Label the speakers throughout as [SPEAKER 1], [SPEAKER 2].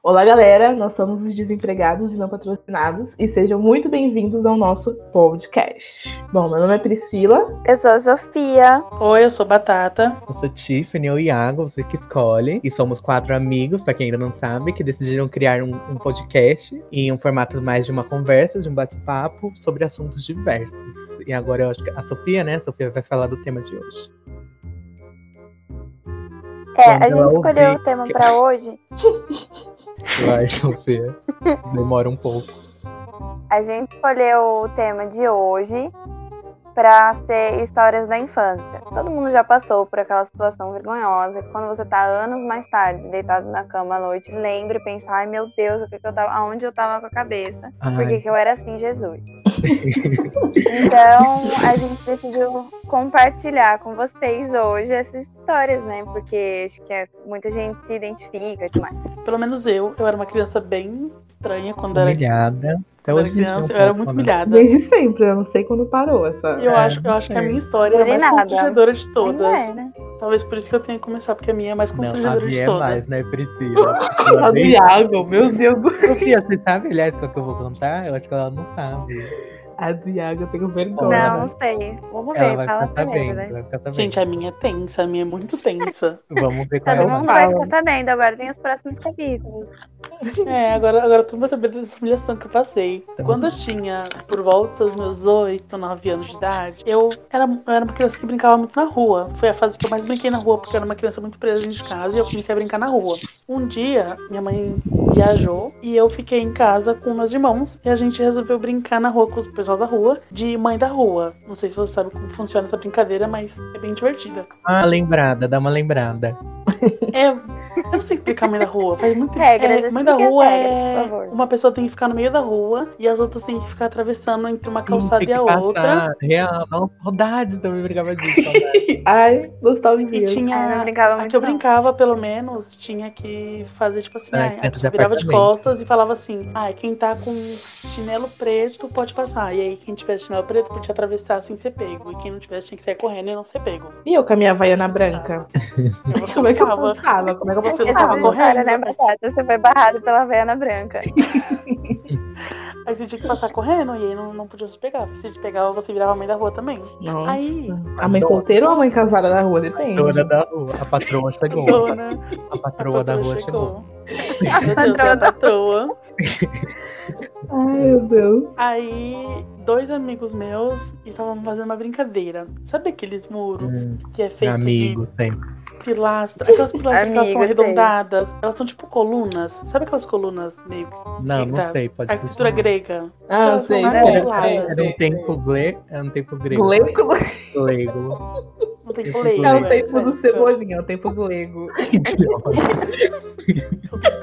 [SPEAKER 1] Olá, galera! Nós somos os desempregados e não patrocinados e sejam muito bem-vindos ao nosso podcast. Bom, meu nome é Priscila.
[SPEAKER 2] Eu sou a Sofia. É,
[SPEAKER 3] Oi, eu sou Batata.
[SPEAKER 4] Eu sou Tiffany, eu e Iago, você que escolhe. E somos quatro amigos, pra quem ainda não sabe, que decidiram criar um, um podcast em um formato mais de uma conversa, de um bate-papo sobre assuntos diversos. E agora eu acho que a Sofia, né? A Sofia vai falar do tema de hoje.
[SPEAKER 2] É,
[SPEAKER 4] Quando
[SPEAKER 2] a
[SPEAKER 4] ela
[SPEAKER 2] gente escolheu
[SPEAKER 4] ouvir
[SPEAKER 2] o tema
[SPEAKER 4] que-
[SPEAKER 2] pra hoje.
[SPEAKER 4] Vai, Sofia. Demora um pouco.
[SPEAKER 2] A gente escolheu o tema de hoje pra ser histórias da infância. Todo mundo já passou por aquela situação vergonhosa que quando você tá anos mais tarde, deitado na cama à noite, lembra e pensa, ai meu Deus, o que que eu tava, aonde eu tava com a cabeça? Por que,
[SPEAKER 4] Ai,
[SPEAKER 2] que eu era assim, Jesus? então, a gente decidiu compartilhar com vocês hoje essas histórias, né? Porque acho que é- muita gente se identifica e tudo mais.
[SPEAKER 3] Pelo menos eu. Eu era uma criança bem estranha quando era,
[SPEAKER 4] humilhada. Até
[SPEAKER 3] quando era
[SPEAKER 4] hoje em dia um
[SPEAKER 3] criança. Eu
[SPEAKER 4] pouco,
[SPEAKER 3] era muito
[SPEAKER 4] né?
[SPEAKER 3] humilhada. E
[SPEAKER 1] Desde sempre, eu não sei quando parou essa.
[SPEAKER 3] Eu
[SPEAKER 4] É,
[SPEAKER 3] acho, eu acho que a
[SPEAKER 4] é.
[SPEAKER 3] minha história é a mais
[SPEAKER 2] Bulinada.
[SPEAKER 3] constrangedora de todas.
[SPEAKER 2] Mas é, né?
[SPEAKER 3] Talvez por isso que eu tenha que começar, porque a minha é a mais
[SPEAKER 4] Não, a
[SPEAKER 3] constrangedora
[SPEAKER 4] Bia
[SPEAKER 3] de
[SPEAKER 4] é
[SPEAKER 3] todas.
[SPEAKER 4] mais, né, Priscila?
[SPEAKER 1] A do Iago, meu Deus do
[SPEAKER 4] Sofia, você sabe, aliás, qual que eu vou contar? Eu acho que ela não sabe.
[SPEAKER 1] A do Iago, eu tenho vergonha.
[SPEAKER 4] Olha,
[SPEAKER 2] Não, não sei. Vamos
[SPEAKER 4] Ela
[SPEAKER 2] ver,
[SPEAKER 4] vai
[SPEAKER 2] fala
[SPEAKER 4] ficar
[SPEAKER 2] primeiro,
[SPEAKER 4] sabendo,
[SPEAKER 2] né?
[SPEAKER 4] vai ficar sabendo.
[SPEAKER 3] Gente, tá a minha é tensa, a minha é muito tensa.
[SPEAKER 4] Vamos ver qual é
[SPEAKER 2] Todo
[SPEAKER 4] o
[SPEAKER 2] mundo vai
[SPEAKER 1] fala.
[SPEAKER 2] ficar sabendo, agora tem os próximos capítulos.
[SPEAKER 3] é, agora, agora tu vai saber dessa humilhação que eu passei. Quando eu tinha por volta dos meus 8, 9 anos de idade, eu era, eu era uma criança que brincava muito na rua. Foi a fase que eu mais brinquei na rua, porque eu era uma criança muito presa dentro de casa e eu comecei a brincar na rua. Um dia, minha mãe viajou e eu fiquei em casa com meus irmãos e a gente resolveu brincar na rua com o pessoal da rua, de mãe da rua. Não sei se você sabe como funciona essa brincadeira, mas é bem divertida.
[SPEAKER 4] Dá uma lembrada, dá uma lembrada.
[SPEAKER 3] É, eu não sei explicar a mãe da rua. Faz muito tempo.
[SPEAKER 2] Regras,
[SPEAKER 3] É, mãe da
[SPEAKER 2] explique as
[SPEAKER 3] rua
[SPEAKER 2] regras, por
[SPEAKER 3] é.
[SPEAKER 2] favor.
[SPEAKER 3] Uma pessoa tem que ficar no meio da rua e as outras têm que ficar atravessando entre uma calçada
[SPEAKER 4] Tem que
[SPEAKER 3] e a
[SPEAKER 4] passar,
[SPEAKER 3] outra.
[SPEAKER 4] Real, não, saudade também brincava disso. saudade.
[SPEAKER 1] Ai,
[SPEAKER 3] E
[SPEAKER 1] nostalgia.
[SPEAKER 2] Ah, eu não
[SPEAKER 3] tinha.
[SPEAKER 2] brincava
[SPEAKER 3] A
[SPEAKER 2] muito.
[SPEAKER 3] é que eu
[SPEAKER 2] não.
[SPEAKER 3] brincava, pelo menos, tinha que fazer, tipo assim,
[SPEAKER 4] Ah,
[SPEAKER 3] ai,
[SPEAKER 4] que
[SPEAKER 1] então
[SPEAKER 3] a
[SPEAKER 4] tempo de
[SPEAKER 3] pessoa virava de
[SPEAKER 4] apartamento.
[SPEAKER 3] costas e falava assim, ai, quem tá com chinelo preto pode passar. E aí, quem tivesse chinelo preto podia atravessar sem ser pego. E quem não tivesse tinha que sair correndo e não ser pego.
[SPEAKER 1] E eu com a minha vaiana branca?
[SPEAKER 3] Eu
[SPEAKER 1] Como é que eu
[SPEAKER 3] gostava.
[SPEAKER 1] passava? Como é que eu
[SPEAKER 3] Você
[SPEAKER 2] Essa é
[SPEAKER 3] tava
[SPEAKER 2] a
[SPEAKER 1] passava?
[SPEAKER 2] história,
[SPEAKER 3] correndo?
[SPEAKER 2] né, Batata? Você foi barrado pela veiana branca.
[SPEAKER 3] Aí você tinha que passar correndo e aí não, não podia se pegar. Se te pegava, você virava a mãe da rua também.
[SPEAKER 1] Nossa.
[SPEAKER 3] Aí,
[SPEAKER 1] A mãe solteira ou a mãe casada da rua? Depende.
[SPEAKER 4] Dona da rua, a patroa
[SPEAKER 3] então,
[SPEAKER 4] chegou.
[SPEAKER 3] dona,
[SPEAKER 4] A patroa da rua chegou.
[SPEAKER 3] Meu Deus,
[SPEAKER 2] patroa
[SPEAKER 3] é a
[SPEAKER 2] da-
[SPEAKER 3] patroa.
[SPEAKER 1] Ai, meu Deus.
[SPEAKER 3] Aí, dois amigos meus estavam fazendo uma brincadeira. Sabe aqueles muros
[SPEAKER 4] Hum,
[SPEAKER 3] que é feito
[SPEAKER 4] amigo, sempre.
[SPEAKER 3] de pilastra? Aquelas pilastras que elas são
[SPEAKER 2] Amigo, eu sei.
[SPEAKER 3] arredondadas. Elas são tipo colunas. Sabe aquelas colunas meio que
[SPEAKER 4] Não, não
[SPEAKER 3] Eita,
[SPEAKER 4] sei, pode
[SPEAKER 3] arquitetura
[SPEAKER 4] continuar.
[SPEAKER 3] grega?
[SPEAKER 1] Ah,
[SPEAKER 3] Então,
[SPEAKER 1] sei.
[SPEAKER 3] são
[SPEAKER 1] sei,
[SPEAKER 3] mais
[SPEAKER 1] sei,
[SPEAKER 3] claras.
[SPEAKER 4] Era
[SPEAKER 1] sei,
[SPEAKER 4] um tempo grego. Era um tempo grego.
[SPEAKER 1] Glego?
[SPEAKER 4] Grego.
[SPEAKER 3] Não tem né?
[SPEAKER 4] Esse
[SPEAKER 3] leigo.
[SPEAKER 1] É o
[SPEAKER 4] Glego.
[SPEAKER 1] tempo do cebolinha, é o tempo glego.
[SPEAKER 4] Idiota.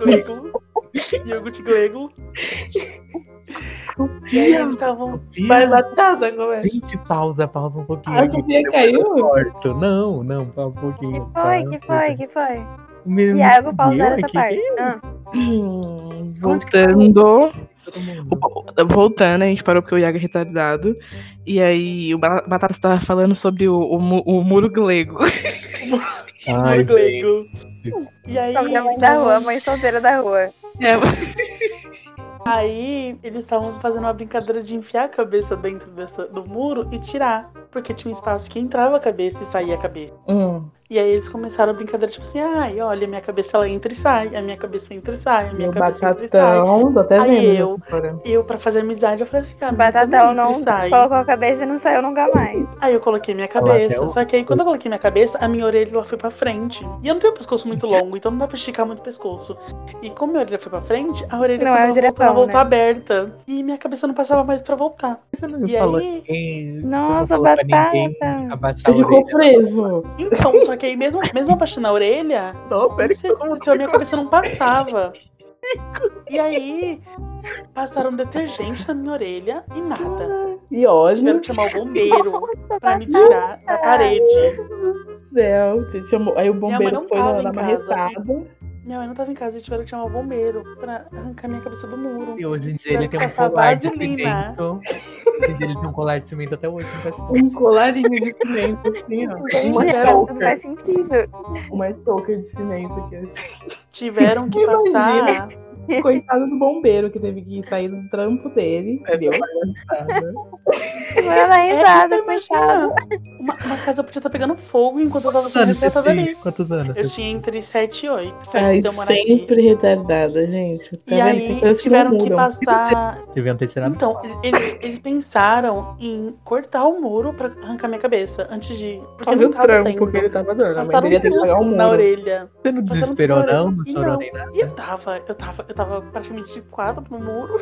[SPEAKER 3] Glego. Iogurte grego. E aí eles estavam
[SPEAKER 1] Vai batata, como é?
[SPEAKER 4] Gente, pausa, pausa um pouquinho.
[SPEAKER 1] Ah,
[SPEAKER 4] aqui,
[SPEAKER 1] Sofia
[SPEAKER 4] que
[SPEAKER 1] caiu?
[SPEAKER 4] eu corto. Não, não, pausa um pouquinho.
[SPEAKER 2] Que foi, que foi, que foi?
[SPEAKER 4] Meu
[SPEAKER 2] Iago, pausar
[SPEAKER 4] Deus, É
[SPEAKER 2] essa
[SPEAKER 4] que-
[SPEAKER 2] parte. Ah,
[SPEAKER 1] Hum, voltando.
[SPEAKER 4] Todo mundo.
[SPEAKER 1] O- Voltando, a gente parou porque o Iago é retardado. E aí o Ba- Batata estava falando sobre o, o mu- o muro grego.
[SPEAKER 4] Ai, gente.
[SPEAKER 3] grego. E aí.
[SPEAKER 2] só minha mãe da rua, mãe solteira da rua.
[SPEAKER 1] É,
[SPEAKER 3] Aí eles estavam fazendo uma brincadeira de enfiar a cabeça dentro dessa- do muro e tirar. Porque tinha um espaço que entrava a cabeça e saía a cabeça.
[SPEAKER 1] hum,
[SPEAKER 3] E aí eles começaram a brincadeira, tipo assim, ai, olha, minha cabeça ela entra e sai, a minha cabeça entra e sai, a
[SPEAKER 1] meu
[SPEAKER 3] minha cabeça entra e sai.
[SPEAKER 1] batatão, tô até
[SPEAKER 3] Aí
[SPEAKER 1] vendo.
[SPEAKER 3] eu.
[SPEAKER 1] agora.
[SPEAKER 3] E eu, pra fazer amizade, eu falei assim, ah, minha
[SPEAKER 2] Batatão
[SPEAKER 3] também entra
[SPEAKER 2] não
[SPEAKER 3] e sai.
[SPEAKER 2] colocou a cabeça e não saiu nunca mais.
[SPEAKER 3] Aí eu coloquei minha
[SPEAKER 4] Olha lá,
[SPEAKER 3] cabeça.
[SPEAKER 4] até é o-
[SPEAKER 3] Só que aí quando eu coloquei minha cabeça, a minha orelha ela foi pra frente. E eu não tenho um pescoço muito longo, então não dá pra esticar muito o pescoço. E como minha orelha foi pra frente, a orelha
[SPEAKER 2] Não, é o
[SPEAKER 3] quando ela voltou, ela
[SPEAKER 2] direção,
[SPEAKER 3] voltou
[SPEAKER 2] né?
[SPEAKER 3] aberta. E minha cabeça não passava mais pra voltar.
[SPEAKER 4] Você não
[SPEAKER 3] E
[SPEAKER 4] falou
[SPEAKER 3] aí?
[SPEAKER 4] ninguém.
[SPEAKER 2] Nossa,
[SPEAKER 4] você não falou pra ninguém
[SPEAKER 2] batata.
[SPEAKER 4] abaixar
[SPEAKER 1] Você
[SPEAKER 4] a
[SPEAKER 1] ficou
[SPEAKER 4] orelha.
[SPEAKER 1] preso.
[SPEAKER 3] Então, só que aí mesmo, mesmo abaixando a orelha,
[SPEAKER 4] Nossa,
[SPEAKER 3] não sei o que aconteceu, a minha cabeça não passava. E aí, passaram detergente na minha orelha e nada.
[SPEAKER 1] E
[SPEAKER 3] Tiveram
[SPEAKER 1] olha,
[SPEAKER 3] que chamar o bombeiro
[SPEAKER 2] Nossa,
[SPEAKER 3] pra me tirar da parede.
[SPEAKER 1] do céu. te chamou. Aí o
[SPEAKER 3] mãe
[SPEAKER 1] bombeiro
[SPEAKER 3] não
[SPEAKER 1] foi na,
[SPEAKER 3] tava
[SPEAKER 1] na
[SPEAKER 3] em casa.
[SPEAKER 1] marretada.
[SPEAKER 3] Minha mãe não tava em casa e tiveram que chamar o bombeiro pra arrancar minha cabeça do muro.
[SPEAKER 4] E hoje em dia ele tem um
[SPEAKER 3] Passar
[SPEAKER 4] colar de
[SPEAKER 3] vaselina.
[SPEAKER 4] cimento. Hoje em dia ele tem um colar de cimento até hoje. não tá-
[SPEAKER 1] Um colarinho de cimento, assim, ó.
[SPEAKER 3] Gente,
[SPEAKER 1] Uma
[SPEAKER 3] era
[SPEAKER 2] Não
[SPEAKER 1] touca.
[SPEAKER 2] faz sentido.
[SPEAKER 1] Uma touca de cimento aqui.
[SPEAKER 3] Tiveram que
[SPEAKER 1] Imagina.
[SPEAKER 3] passar
[SPEAKER 1] Coitado do bombeiro que teve que sair do trampo dele.
[SPEAKER 3] É
[SPEAKER 1] Entendeu?
[SPEAKER 2] Segurando a risada,
[SPEAKER 3] Imagina,
[SPEAKER 2] coitado.
[SPEAKER 3] Uma, uma casa podia estar pegando fogo enquanto eu tava
[SPEAKER 4] Quantos
[SPEAKER 3] sendo
[SPEAKER 4] anos você
[SPEAKER 3] retratada
[SPEAKER 1] assim,
[SPEAKER 3] ali.
[SPEAKER 4] tinha? Quantos anos?
[SPEAKER 3] Eu tinha entre 7 e 8. Foi
[SPEAKER 1] Ai,
[SPEAKER 3] antes de eu morar aqui.
[SPEAKER 1] sempre retardada, gente. Tá
[SPEAKER 3] E
[SPEAKER 1] vendo? Tem
[SPEAKER 3] aí
[SPEAKER 1] pessoas
[SPEAKER 3] tiveram
[SPEAKER 1] não
[SPEAKER 3] que
[SPEAKER 1] mudam.
[SPEAKER 3] passar.
[SPEAKER 4] Deviam ter tirado.
[SPEAKER 3] Então, ele- ele- eles pensaram em cortar o muro pra arrancar minha cabeça antes de. Porque
[SPEAKER 1] Olha
[SPEAKER 3] não
[SPEAKER 1] o
[SPEAKER 3] tava
[SPEAKER 1] trampo que ele
[SPEAKER 3] saindo.
[SPEAKER 1] tava dando. A mãe
[SPEAKER 3] Passaram
[SPEAKER 1] dele ia ter que pagar o
[SPEAKER 3] tudo
[SPEAKER 1] mundo.
[SPEAKER 3] na orelha.
[SPEAKER 4] Você não
[SPEAKER 3] Passando
[SPEAKER 4] desesperou,
[SPEAKER 3] por
[SPEAKER 4] não?
[SPEAKER 3] horas.
[SPEAKER 4] Não chorou
[SPEAKER 3] Não.
[SPEAKER 4] nem nada?
[SPEAKER 3] E eu tava, eu tava, eu tava praticamente de quadro no muro.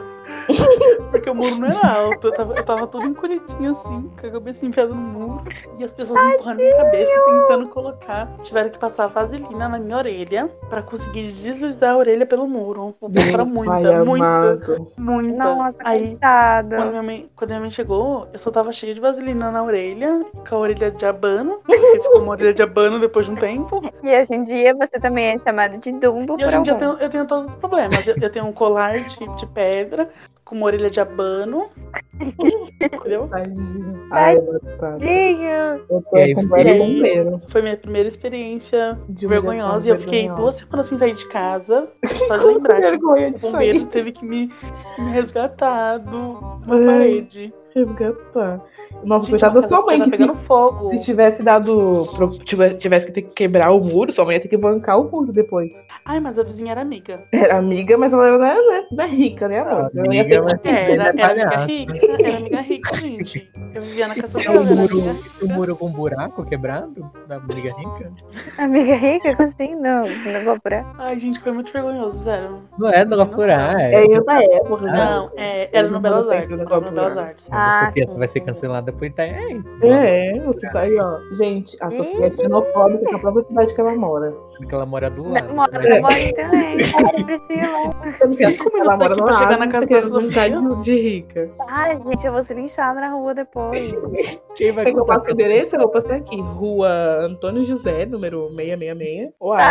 [SPEAKER 3] porque o muro não era alto. Eu tava, eu tava todo encolhidinho assim, com a cabeça enfiada no muro. E as pessoas empurrando minha cabeça, tentando colocar. Tiveram que passar vaselina na minha orelha pra conseguir deslizar a orelha pelo muro. Vou comprar muita,
[SPEAKER 1] Pai
[SPEAKER 3] muita,
[SPEAKER 1] amado.
[SPEAKER 3] muita.
[SPEAKER 2] Nossa,
[SPEAKER 3] assim, então. Aí.
[SPEAKER 2] coitado.
[SPEAKER 3] Quando minha, mãe, quando minha mãe chegou, eu só tava cheia de vaselina na orelha, com a orelha de abano, porque ficou uma orelha de abano depois de um tempo.
[SPEAKER 2] E hoje em dia você também é chamado de Dumbo
[SPEAKER 3] E
[SPEAKER 2] por
[SPEAKER 3] hoje em dia eu
[SPEAKER 2] algum.
[SPEAKER 3] tenho, eu tenho todos os problemas. Eu, eu tenho um colar de, de pedra, com uma orelha de abano. entendeu?
[SPEAKER 1] Tadinho. Ai, coitado.
[SPEAKER 2] Tadinho.
[SPEAKER 1] Eu
[SPEAKER 4] E aí,
[SPEAKER 1] tô com o
[SPEAKER 3] e aí?
[SPEAKER 1] bombeiro.
[SPEAKER 3] Foi minha primeira experiência
[SPEAKER 1] de um
[SPEAKER 3] vergonhosa. E eu fiquei
[SPEAKER 1] vergonhosa.
[SPEAKER 3] duas semanas sem sair de casa. Só de
[SPEAKER 1] Com
[SPEAKER 3] lembrar que
[SPEAKER 1] vergonha
[SPEAKER 3] o
[SPEAKER 1] de sair.
[SPEAKER 3] bombeiro teve que me, me resgatar do,
[SPEAKER 1] Ai.
[SPEAKER 3] uma parede.
[SPEAKER 1] Resgatar. Nossa,
[SPEAKER 3] Gente,
[SPEAKER 1] coitada
[SPEAKER 3] uma
[SPEAKER 1] da sua
[SPEAKER 3] casa
[SPEAKER 1] mãe, que
[SPEAKER 3] tava
[SPEAKER 1] se,
[SPEAKER 3] pegando fogo.
[SPEAKER 1] se tivesse dado. pro- tivesse tivesse que ter que quebrar o muro, sua mãe ia ter que bancar o muro depois.
[SPEAKER 3] Ai, mas a vizinha era amiga.
[SPEAKER 1] Era amiga, mas ela não é, não é- não é rica, né, amor?
[SPEAKER 4] Ah,
[SPEAKER 1] Então ela ia ter
[SPEAKER 4] amiga,
[SPEAKER 1] que-
[SPEAKER 4] mas-
[SPEAKER 3] Era,
[SPEAKER 4] Ele é
[SPEAKER 3] era amiga
[SPEAKER 4] palhaço.
[SPEAKER 3] rica, era amiga rica, gente. Eu vivia na casa
[SPEAKER 4] Tinha
[SPEAKER 3] dela,
[SPEAKER 4] um
[SPEAKER 3] era
[SPEAKER 4] muro,
[SPEAKER 3] amiga
[SPEAKER 4] um
[SPEAKER 3] rica.
[SPEAKER 4] muro com um buraco quebrado da Liga Rica?
[SPEAKER 2] Amiga rica, como assim? Não, não vou por aí.
[SPEAKER 3] Ai, gente, foi muito vergonhoso, sério.
[SPEAKER 4] Não é do Lapurar.
[SPEAKER 1] É em outra época, né?
[SPEAKER 4] Ah,
[SPEAKER 3] Não, é, era no Belas
[SPEAKER 1] Sempre
[SPEAKER 3] Artes.
[SPEAKER 1] no
[SPEAKER 3] Era no Belas
[SPEAKER 1] Popular.
[SPEAKER 3] Artes.
[SPEAKER 2] Ah,
[SPEAKER 4] Sofia
[SPEAKER 2] sim,
[SPEAKER 4] vai ser
[SPEAKER 2] sim.
[SPEAKER 4] cancelada por Itaé.
[SPEAKER 1] É, você tá aí, ó. Gente, a Sofia é
[SPEAKER 3] Hum.
[SPEAKER 1] xenofóbica com a própria cidade que ela mora.
[SPEAKER 4] Porque ela mora do lado.
[SPEAKER 2] Não, Mora, é,
[SPEAKER 4] né?
[SPEAKER 2] eu moro também. Priscila.
[SPEAKER 3] Cinco
[SPEAKER 1] Ela mora
[SPEAKER 3] minutos tá aqui
[SPEAKER 1] no
[SPEAKER 3] pra chegar na
[SPEAKER 1] Acre,
[SPEAKER 3] casa
[SPEAKER 1] que é
[SPEAKER 3] da
[SPEAKER 1] vontade
[SPEAKER 3] Sofia.
[SPEAKER 1] de, de rica.
[SPEAKER 2] Ah, gente, eu vou ser linchada na rua depois.
[SPEAKER 4] Quem vai
[SPEAKER 1] Quer que eu passe
[SPEAKER 4] contar
[SPEAKER 1] o
[SPEAKER 4] pra-
[SPEAKER 1] endereço? Eu vou passar aqui. Rua Antônio José, número 666.
[SPEAKER 3] Ah,
[SPEAKER 1] Uai,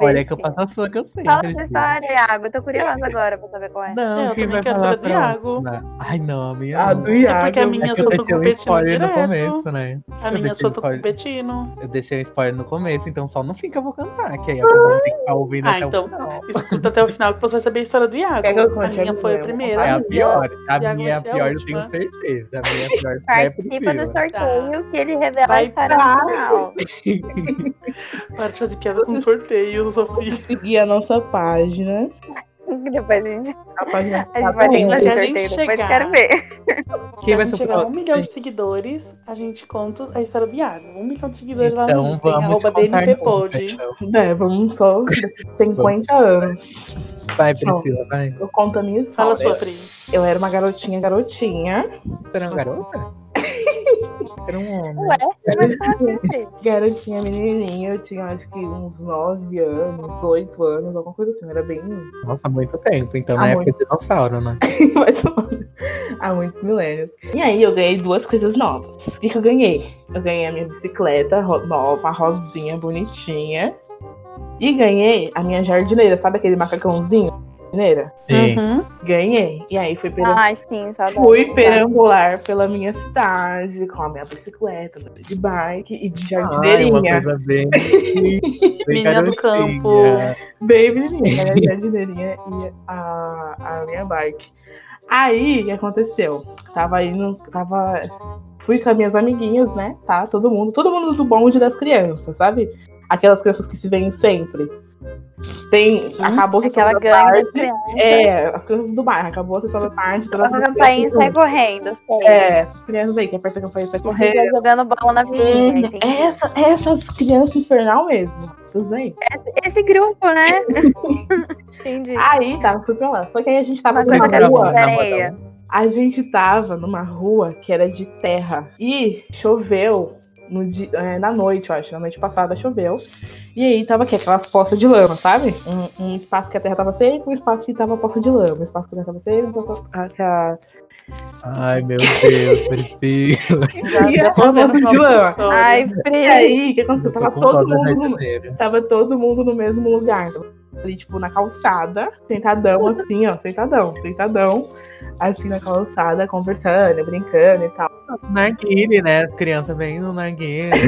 [SPEAKER 4] Olha é que eu assim. passo a sua, que eu sei.
[SPEAKER 2] Fala essa
[SPEAKER 4] acredito.
[SPEAKER 2] história, Iago. Eu tô curiosa agora pra saber qual é.
[SPEAKER 3] É,
[SPEAKER 4] Não,
[SPEAKER 3] eu
[SPEAKER 4] quem
[SPEAKER 3] também
[SPEAKER 4] vai
[SPEAKER 3] quero
[SPEAKER 4] falar
[SPEAKER 3] saber do
[SPEAKER 4] pra-
[SPEAKER 3] Iago.
[SPEAKER 4] Não. Ai, não, a minha
[SPEAKER 1] a
[SPEAKER 4] não.
[SPEAKER 1] do
[SPEAKER 3] É porque a
[SPEAKER 1] Iago.
[SPEAKER 3] minha
[SPEAKER 4] É
[SPEAKER 3] só
[SPEAKER 4] que eu
[SPEAKER 3] tô
[SPEAKER 4] deixei um
[SPEAKER 3] competindo
[SPEAKER 4] spoiler no
[SPEAKER 3] direto.
[SPEAKER 4] começo, né?
[SPEAKER 3] A minha
[SPEAKER 4] deixei
[SPEAKER 3] só
[SPEAKER 4] um
[SPEAKER 3] tô
[SPEAKER 4] spoiler.
[SPEAKER 3] competindo.
[SPEAKER 4] Eu deixei um spoiler no começo, então só no fim que eu vou cantar, que aí a pessoa tem que estar ouvindo
[SPEAKER 3] Ah,
[SPEAKER 4] até
[SPEAKER 3] então.
[SPEAKER 4] o final.
[SPEAKER 3] Escuta até o final que você vai saber a história do Iago.
[SPEAKER 1] Quer que eu
[SPEAKER 3] A
[SPEAKER 1] conte a
[SPEAKER 3] minha foi
[SPEAKER 1] minha?
[SPEAKER 3] a
[SPEAKER 4] É
[SPEAKER 3] primeira.
[SPEAKER 4] a pior, a
[SPEAKER 3] Iago,
[SPEAKER 4] minha é a
[SPEAKER 3] você é a
[SPEAKER 4] pior, eu
[SPEAKER 3] última.
[SPEAKER 4] tenho certeza. A minha é a pior é
[SPEAKER 2] Participa do
[SPEAKER 4] possível.
[SPEAKER 2] sorteio que ele revela a
[SPEAKER 3] Vai
[SPEAKER 2] história
[SPEAKER 3] tá.
[SPEAKER 2] no final.
[SPEAKER 3] Para de fazer piada com sorteio, Sofia.
[SPEAKER 1] Seguir a nossa página.
[SPEAKER 2] Depois a gente,
[SPEAKER 1] A página. tá
[SPEAKER 2] a gente vai ter que
[SPEAKER 3] Mas
[SPEAKER 2] fazer
[SPEAKER 3] se a gente
[SPEAKER 2] sorteio depois.
[SPEAKER 3] chegar-
[SPEAKER 2] Quero ver.
[SPEAKER 3] Se
[SPEAKER 4] Quem
[SPEAKER 3] a gente
[SPEAKER 4] vai ser o
[SPEAKER 3] chegar a um
[SPEAKER 4] próximo?
[SPEAKER 3] milhão de seguidores, a gente conta a história do Iago. Um milhão de seguidores lá no
[SPEAKER 4] Então
[SPEAKER 3] Insta, em
[SPEAKER 4] vamos
[SPEAKER 3] arroba
[SPEAKER 4] contar
[SPEAKER 3] DNPPod.
[SPEAKER 4] muito, então.
[SPEAKER 1] É, vamos só 50 anos.
[SPEAKER 4] Vai, Priscila, vai.
[SPEAKER 1] Eu conto a minha
[SPEAKER 3] Fala
[SPEAKER 1] história.
[SPEAKER 3] sua, Pri.
[SPEAKER 1] Eu era uma garotinha, garotinha.
[SPEAKER 4] Você era uma garota? Era um homem.
[SPEAKER 2] Ué, mas como assim?
[SPEAKER 1] Garotinha, menininha. Eu tinha acho que uns 9 anos, 8 anos, alguma coisa assim. Eu era bem.
[SPEAKER 4] Nossa, há muito tempo. Então,
[SPEAKER 1] Há
[SPEAKER 4] na época de dinossauro, né?
[SPEAKER 1] mais ou menos. Há muitos milênios. E aí eu ganhei duas coisas novas. O que, que eu ganhei? Eu ganhei a minha bicicleta ro- nova, rosinha, bonitinha. E ganhei a minha jardineira, sabe aquele macacãozinho? Jardineira?
[SPEAKER 4] Sim.
[SPEAKER 3] Uhum.
[SPEAKER 1] Ganhei. E aí fui peram-
[SPEAKER 2] Ai, sim,
[SPEAKER 4] Ah,
[SPEAKER 2] sabe?
[SPEAKER 4] tá.
[SPEAKER 1] Fui perambular pela minha cidade com a minha bicicleta, andando de bike e de
[SPEAKER 4] Ai, uma
[SPEAKER 1] jardineirinha.
[SPEAKER 4] coisa bem. bem
[SPEAKER 3] Menina do
[SPEAKER 4] garotinha.
[SPEAKER 3] campo.
[SPEAKER 1] bem menininha, né? jardineirinha e a, a minha bike. Aí, o que aconteceu? Tava indo, tava... Fui com as minhas amiguinhas, né? Tá, todo mundo, todo mundo do bonde das crianças, sabe? Aquelas crianças que se veem sempre. Tem, acabou a sessão
[SPEAKER 2] Aquela
[SPEAKER 1] da
[SPEAKER 2] gangue assim, né?
[SPEAKER 1] tarde.
[SPEAKER 2] das crianças.
[SPEAKER 1] É, as crianças do bairro, acabou a sessão da tarde. todas
[SPEAKER 2] Toca a
[SPEAKER 1] as
[SPEAKER 2] campainha e
[SPEAKER 1] crianças
[SPEAKER 2] sai
[SPEAKER 1] juntas.
[SPEAKER 2] correndo, sei.
[SPEAKER 1] É, essas crianças aí que aperta a campainha e sai
[SPEAKER 2] Você
[SPEAKER 1] correndo.
[SPEAKER 2] vai jogando bola na vizinha,
[SPEAKER 1] Hum,
[SPEAKER 2] É, entendi.
[SPEAKER 1] essa, essas crianças infernal mesmo. Tudo bem?
[SPEAKER 2] É. Esse grupo, né? entendi.
[SPEAKER 1] Aí, tá, fui pra lá. Só que é aí a gente tava
[SPEAKER 2] Mas
[SPEAKER 4] Tá
[SPEAKER 1] numa
[SPEAKER 2] essa
[SPEAKER 4] escravando
[SPEAKER 1] rua.
[SPEAKER 2] garota-
[SPEAKER 4] na
[SPEAKER 2] Areia.
[SPEAKER 4] rodela.
[SPEAKER 1] A gente tava numa rua que era de terra. E choveu no di- é, na noite, eu acho. Na noite passada choveu. E aí tava aqui, aquelas poças de lama, sabe? Um, um espaço que a terra tava seca, um espaço que tava poça de lama. Um espaço que a terra tava seca, um espaço ah, que a.
[SPEAKER 4] Ai, meu Deus, Priscila.
[SPEAKER 3] Já, já tô
[SPEAKER 1] Uma
[SPEAKER 3] vendo
[SPEAKER 1] poça
[SPEAKER 3] qual
[SPEAKER 1] de
[SPEAKER 3] é a
[SPEAKER 1] lama.
[SPEAKER 3] história.
[SPEAKER 2] Ai,
[SPEAKER 1] E
[SPEAKER 2] Pri.
[SPEAKER 1] aí, o que aconteceu?
[SPEAKER 4] Eu tô
[SPEAKER 1] Tava
[SPEAKER 4] com
[SPEAKER 1] todo
[SPEAKER 4] dó da
[SPEAKER 1] mundo no,
[SPEAKER 4] jardineira.
[SPEAKER 1] tava todo mundo no mesmo lugar. Ali, tipo, na calçada, sentadão assim, ó, sentadão, sentadão, assim na calçada, conversando, brincando e tal.
[SPEAKER 4] Narguile, né? As crianças vêm no narguile. A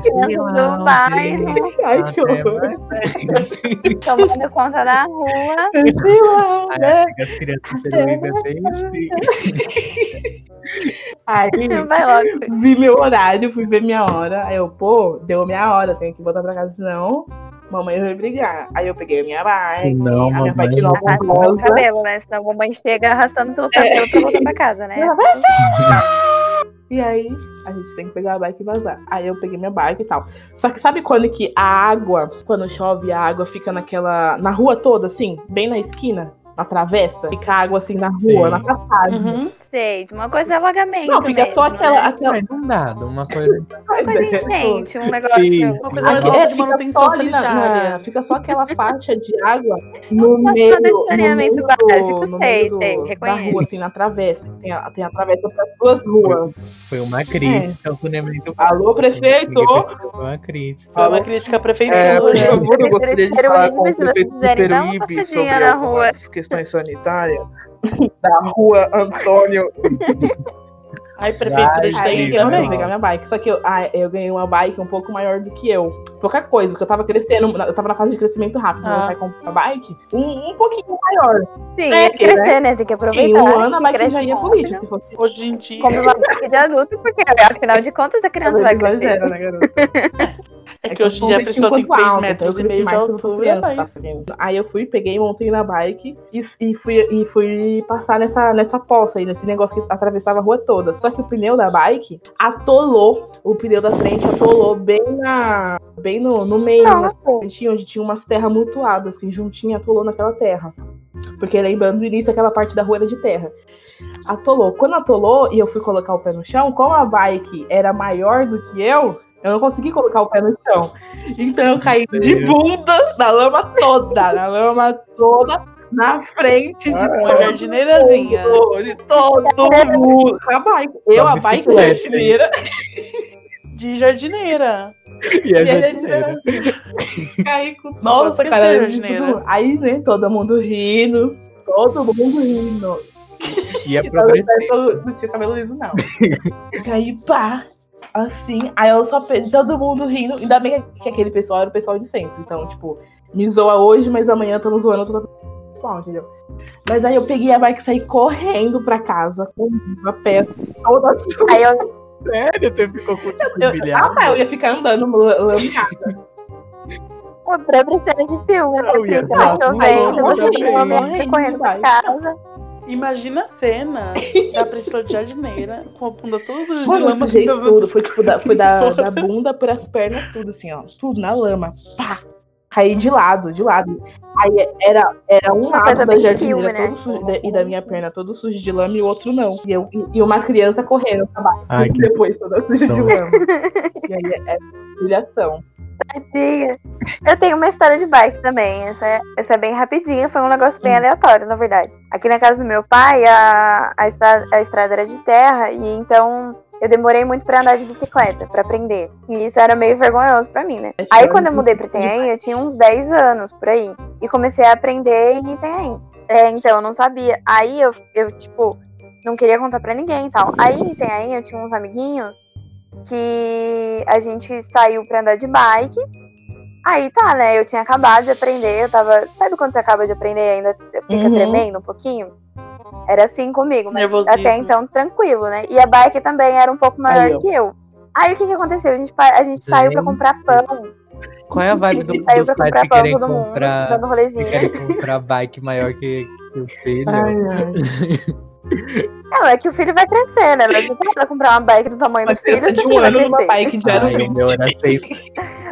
[SPEAKER 2] criança não vai, não
[SPEAKER 4] Ah,
[SPEAKER 1] Ai,
[SPEAKER 4] tá,
[SPEAKER 1] que
[SPEAKER 4] né?
[SPEAKER 1] horror.
[SPEAKER 2] tomando conta da rua.
[SPEAKER 1] Sei lá, né?
[SPEAKER 4] As crianças peruíbas bem assim.
[SPEAKER 1] Aí,
[SPEAKER 2] Vai logo.
[SPEAKER 1] vi meu horário, fui ver minha hora. Aí eu, pô, deu minha hora, tenho que voltar pra casa, senão mamãe vai brigar. Aí eu peguei a minha bike,
[SPEAKER 4] Não,
[SPEAKER 1] a minha
[SPEAKER 4] mamãe.
[SPEAKER 1] bike nova
[SPEAKER 2] Arrastando o
[SPEAKER 1] rosa.
[SPEAKER 2] cabelo, né? Senão a mamãe chega arrastando pelo cabelo pra voltar pra casa, né?
[SPEAKER 1] Ela E aí, a gente tem que pegar a bike e vazar. Aí eu peguei minha bike e tal. Só que sabe quando que a água, quando chove, a água fica naquela. na rua toda, assim, bem na esquina, na travessa? Fica a água assim na rua,
[SPEAKER 4] Sim.
[SPEAKER 1] na passagem.
[SPEAKER 3] Uhum.
[SPEAKER 2] Sei, de uma coisa é alagamento.
[SPEAKER 1] Não, fica
[SPEAKER 2] mesmo,
[SPEAKER 1] só
[SPEAKER 2] né?
[SPEAKER 1] aquela. aquela...
[SPEAKER 4] Mas não dá, uma coisa.
[SPEAKER 2] Uma coisa enchente, um negócio.
[SPEAKER 4] Sim.
[SPEAKER 3] Uma coisa
[SPEAKER 1] Aqui-
[SPEAKER 3] nova
[SPEAKER 1] é,
[SPEAKER 3] de
[SPEAKER 1] fica,
[SPEAKER 3] manutenção
[SPEAKER 1] só ali na-
[SPEAKER 3] sanitária.
[SPEAKER 1] na- fica só aquela faixa de água no
[SPEAKER 2] Não,
[SPEAKER 1] meio,
[SPEAKER 2] só do
[SPEAKER 1] no
[SPEAKER 2] saneamento
[SPEAKER 1] meio,
[SPEAKER 2] básico,
[SPEAKER 1] no
[SPEAKER 2] sei,
[SPEAKER 1] meio do-
[SPEAKER 2] sei,
[SPEAKER 1] da
[SPEAKER 2] reconheço.
[SPEAKER 1] rua, assim, na travessa. Tem a, tem a travessa para duas ruas.
[SPEAKER 4] Foi uma crítica ao saneamento.
[SPEAKER 1] Alô, prefeito?
[SPEAKER 4] Ninguém percebeu, Foi uma crítica.
[SPEAKER 3] Foi uma crítica à
[SPEAKER 5] É, por
[SPEAKER 3] prefeitura.
[SPEAKER 5] favor, eu gostaria de
[SPEAKER 2] Prefeitura
[SPEAKER 5] falar com
[SPEAKER 2] Peruíbe,
[SPEAKER 5] o
[SPEAKER 2] se vocês
[SPEAKER 5] prefeito de
[SPEAKER 2] quiserem dar uma
[SPEAKER 5] Peruíbe sobre
[SPEAKER 2] passadinha na rua.
[SPEAKER 5] algumas questões sanitárias da rua Antônio.
[SPEAKER 3] Aí, prefeitura, a gente né?
[SPEAKER 4] Ai,
[SPEAKER 1] Aí
[SPEAKER 3] tem
[SPEAKER 1] eu fui
[SPEAKER 3] também.
[SPEAKER 1] pegar minha bike. Só que eu, ah, eu ganhei uma bike um pouco maior do que eu. Pouca coisa, porque eu tava crescendo, eu tava na fase de crescimento rápido. Meu
[SPEAKER 3] Ah.
[SPEAKER 1] pai comprou uma bike um, um pouquinho maior.
[SPEAKER 2] Sim,
[SPEAKER 1] É,
[SPEAKER 2] é crescer, né? Tem que
[SPEAKER 1] Em
[SPEAKER 2] aproveitar.
[SPEAKER 1] um ano a
[SPEAKER 2] que né?
[SPEAKER 1] bike
[SPEAKER 2] cresce
[SPEAKER 1] já ia pro
[SPEAKER 2] rápido.
[SPEAKER 1] lixo, se fosse.
[SPEAKER 3] Hoje em dia,
[SPEAKER 2] Compre uma bike de adulto, porque afinal de contas a criança vai crescer.
[SPEAKER 1] Exagera, né, garota?
[SPEAKER 3] é que hoje em dia a
[SPEAKER 1] competi
[SPEAKER 3] pessoa tem
[SPEAKER 1] enquanto
[SPEAKER 3] 3
[SPEAKER 1] alta,
[SPEAKER 3] metros e
[SPEAKER 1] então eu cresci
[SPEAKER 3] meio de
[SPEAKER 1] mais que as outras
[SPEAKER 3] altura, é né?
[SPEAKER 1] crianças,
[SPEAKER 3] mas...
[SPEAKER 1] tá vendo? Aí eu fui, peguei, montei na bike e, e fui, e fui passar nessa, nessa poça aí, nesse negócio que atravessava a rua toda. Só que o pneu da bike atolou, o pneu da frente atolou bem na. Bem no, no meio, né? na
[SPEAKER 2] Nossa,
[SPEAKER 1] frente, onde tinha umas terras mutuadas, assim, juntinha, atolou naquela terra. Porque lembrando, no início aquela parte da rua era de terra. Atolou. Quando atolou e eu fui colocar o pé no chão, como a bike era maior do que eu, eu não consegui colocar o pé no chão. Então eu caí
[SPEAKER 4] Meu
[SPEAKER 1] de
[SPEAKER 4] Deus.
[SPEAKER 1] bunda na lama toda, na lama toda, na frente de
[SPEAKER 5] Caralho.
[SPEAKER 3] Uma
[SPEAKER 1] todo
[SPEAKER 4] Ah, é.
[SPEAKER 3] jardineirazinha.
[SPEAKER 1] mundo, de todo mundo. A bike. Eu,
[SPEAKER 4] Uma
[SPEAKER 1] a bike
[SPEAKER 4] bicicleta, hein?
[SPEAKER 1] jardineira.
[SPEAKER 3] De jardineira.
[SPEAKER 4] E é
[SPEAKER 1] E
[SPEAKER 4] a
[SPEAKER 1] a
[SPEAKER 4] jardineira.
[SPEAKER 1] jardineira caí com
[SPEAKER 3] Nossa,
[SPEAKER 1] nossa
[SPEAKER 3] cara,
[SPEAKER 1] cara de
[SPEAKER 3] jardineira.
[SPEAKER 1] tudo. Aí, né, todo mundo rindo. Todo mundo rindo.
[SPEAKER 4] E é a
[SPEAKER 1] Eu
[SPEAKER 4] progressão.
[SPEAKER 1] não, não tinha cabelo liso, não. e aí, pá, assim, aí eu só pe- todo mundo rindo. Ainda bem que- que aquele pessoal era o pessoal de sempre. Então, tipo, me zoa hoje, mas amanhã estamos zoando todo o pessoal, entendeu? Mas aí eu peguei a bike e saí correndo pra casa com uma peça toda suja.
[SPEAKER 2] aí eu
[SPEAKER 4] Sério, você ficou com tipo
[SPEAKER 1] Eu, ah, tá, eu
[SPEAKER 4] humilhado.
[SPEAKER 1] ia ficar andando la- lameada.
[SPEAKER 2] comprei pra cena de filme, né?
[SPEAKER 4] Eu ia
[SPEAKER 2] Assim, tava
[SPEAKER 4] falar,
[SPEAKER 2] chovendo,
[SPEAKER 1] não,
[SPEAKER 2] você
[SPEAKER 1] não,
[SPEAKER 2] tem
[SPEAKER 1] não,
[SPEAKER 2] uma
[SPEAKER 1] não,
[SPEAKER 2] mulher correndo pra
[SPEAKER 1] não,
[SPEAKER 2] casa.
[SPEAKER 3] Imagina a cena da Priscila de jardineira com a bunda toda suja de
[SPEAKER 1] Mano, eu
[SPEAKER 3] lama.
[SPEAKER 1] sujei
[SPEAKER 3] assim,
[SPEAKER 1] tudo. Foi tipo, da, foi da, da bunda pras pernas, tudo assim, ó. Tudo na lama. Pá! Caí de lado, de lado. Aí era, era um
[SPEAKER 2] Uma
[SPEAKER 1] lado
[SPEAKER 2] coisa
[SPEAKER 1] da
[SPEAKER 2] bem
[SPEAKER 1] jardineira
[SPEAKER 2] filme, né?
[SPEAKER 1] todo sujo, da- e da minha perna todo sujo de lama e o outro não. E, eu, e- e uma criança correndo pra
[SPEAKER 2] ah,
[SPEAKER 1] baixo
[SPEAKER 4] Ai, que
[SPEAKER 1] depois toda suja de
[SPEAKER 4] Não.
[SPEAKER 1] lama. E aí é humilhação.
[SPEAKER 2] Tadinha. Eu tenho uma história de bike também. Essa é, essa é bem rapidinha, foi um negócio bem aleatório, na verdade. Aqui na casa do meu pai, a, a, estra- a estrada era de terra, e então eu demorei muito pra andar de bicicleta, pra aprender. E isso era meio vergonhoso pra mim, né?
[SPEAKER 1] Sete
[SPEAKER 2] Aí
[SPEAKER 1] anos,
[SPEAKER 2] quando eu mudei pra
[SPEAKER 1] demais.
[SPEAKER 2] Itanhaém, eu tinha uns 10 anos por aí. E comecei a aprender em Itanhaém. É, então eu não sabia. Aí eu, eu tipo, não queria contar pra ninguém e tal. Aí em Itanhaém eu tinha uns amiguinhos que a gente saiu pra andar de bike. Aí tá, né? Eu tinha acabado de aprender, eu tava. Sabe quando você acaba de aprender e ainda fica
[SPEAKER 1] Uhum.
[SPEAKER 2] tremendo um pouquinho? Era assim comigo, mas
[SPEAKER 3] Nervosismo.
[SPEAKER 2] até então tranquilo, né? E a bike também era um pouco maior
[SPEAKER 1] Aí, ó.
[SPEAKER 2] que eu. Aí o que, que aconteceu? A gente, pa- a gente saiu pra
[SPEAKER 4] Gente.
[SPEAKER 2] comprar pão.
[SPEAKER 4] Qual é a vibe do,
[SPEAKER 2] Saiu
[SPEAKER 4] dos
[SPEAKER 2] pra
[SPEAKER 4] pais que
[SPEAKER 2] comprar pão
[SPEAKER 4] querem
[SPEAKER 2] todo mundo,
[SPEAKER 4] comprar,
[SPEAKER 2] dando um
[SPEAKER 4] que
[SPEAKER 2] rolezinho.
[SPEAKER 4] querem comprar bike maior que, que o filho?
[SPEAKER 1] ai.
[SPEAKER 2] Não, é que o filho vai crescer, né? Mas não precisa comprar uma bike do tamanho do
[SPEAKER 1] Uma
[SPEAKER 2] filho,
[SPEAKER 1] criança de
[SPEAKER 2] seu
[SPEAKER 1] um
[SPEAKER 2] filho vai
[SPEAKER 1] ano numa
[SPEAKER 2] crescer.
[SPEAKER 1] bike já era
[SPEAKER 4] Ai, o meu era seis.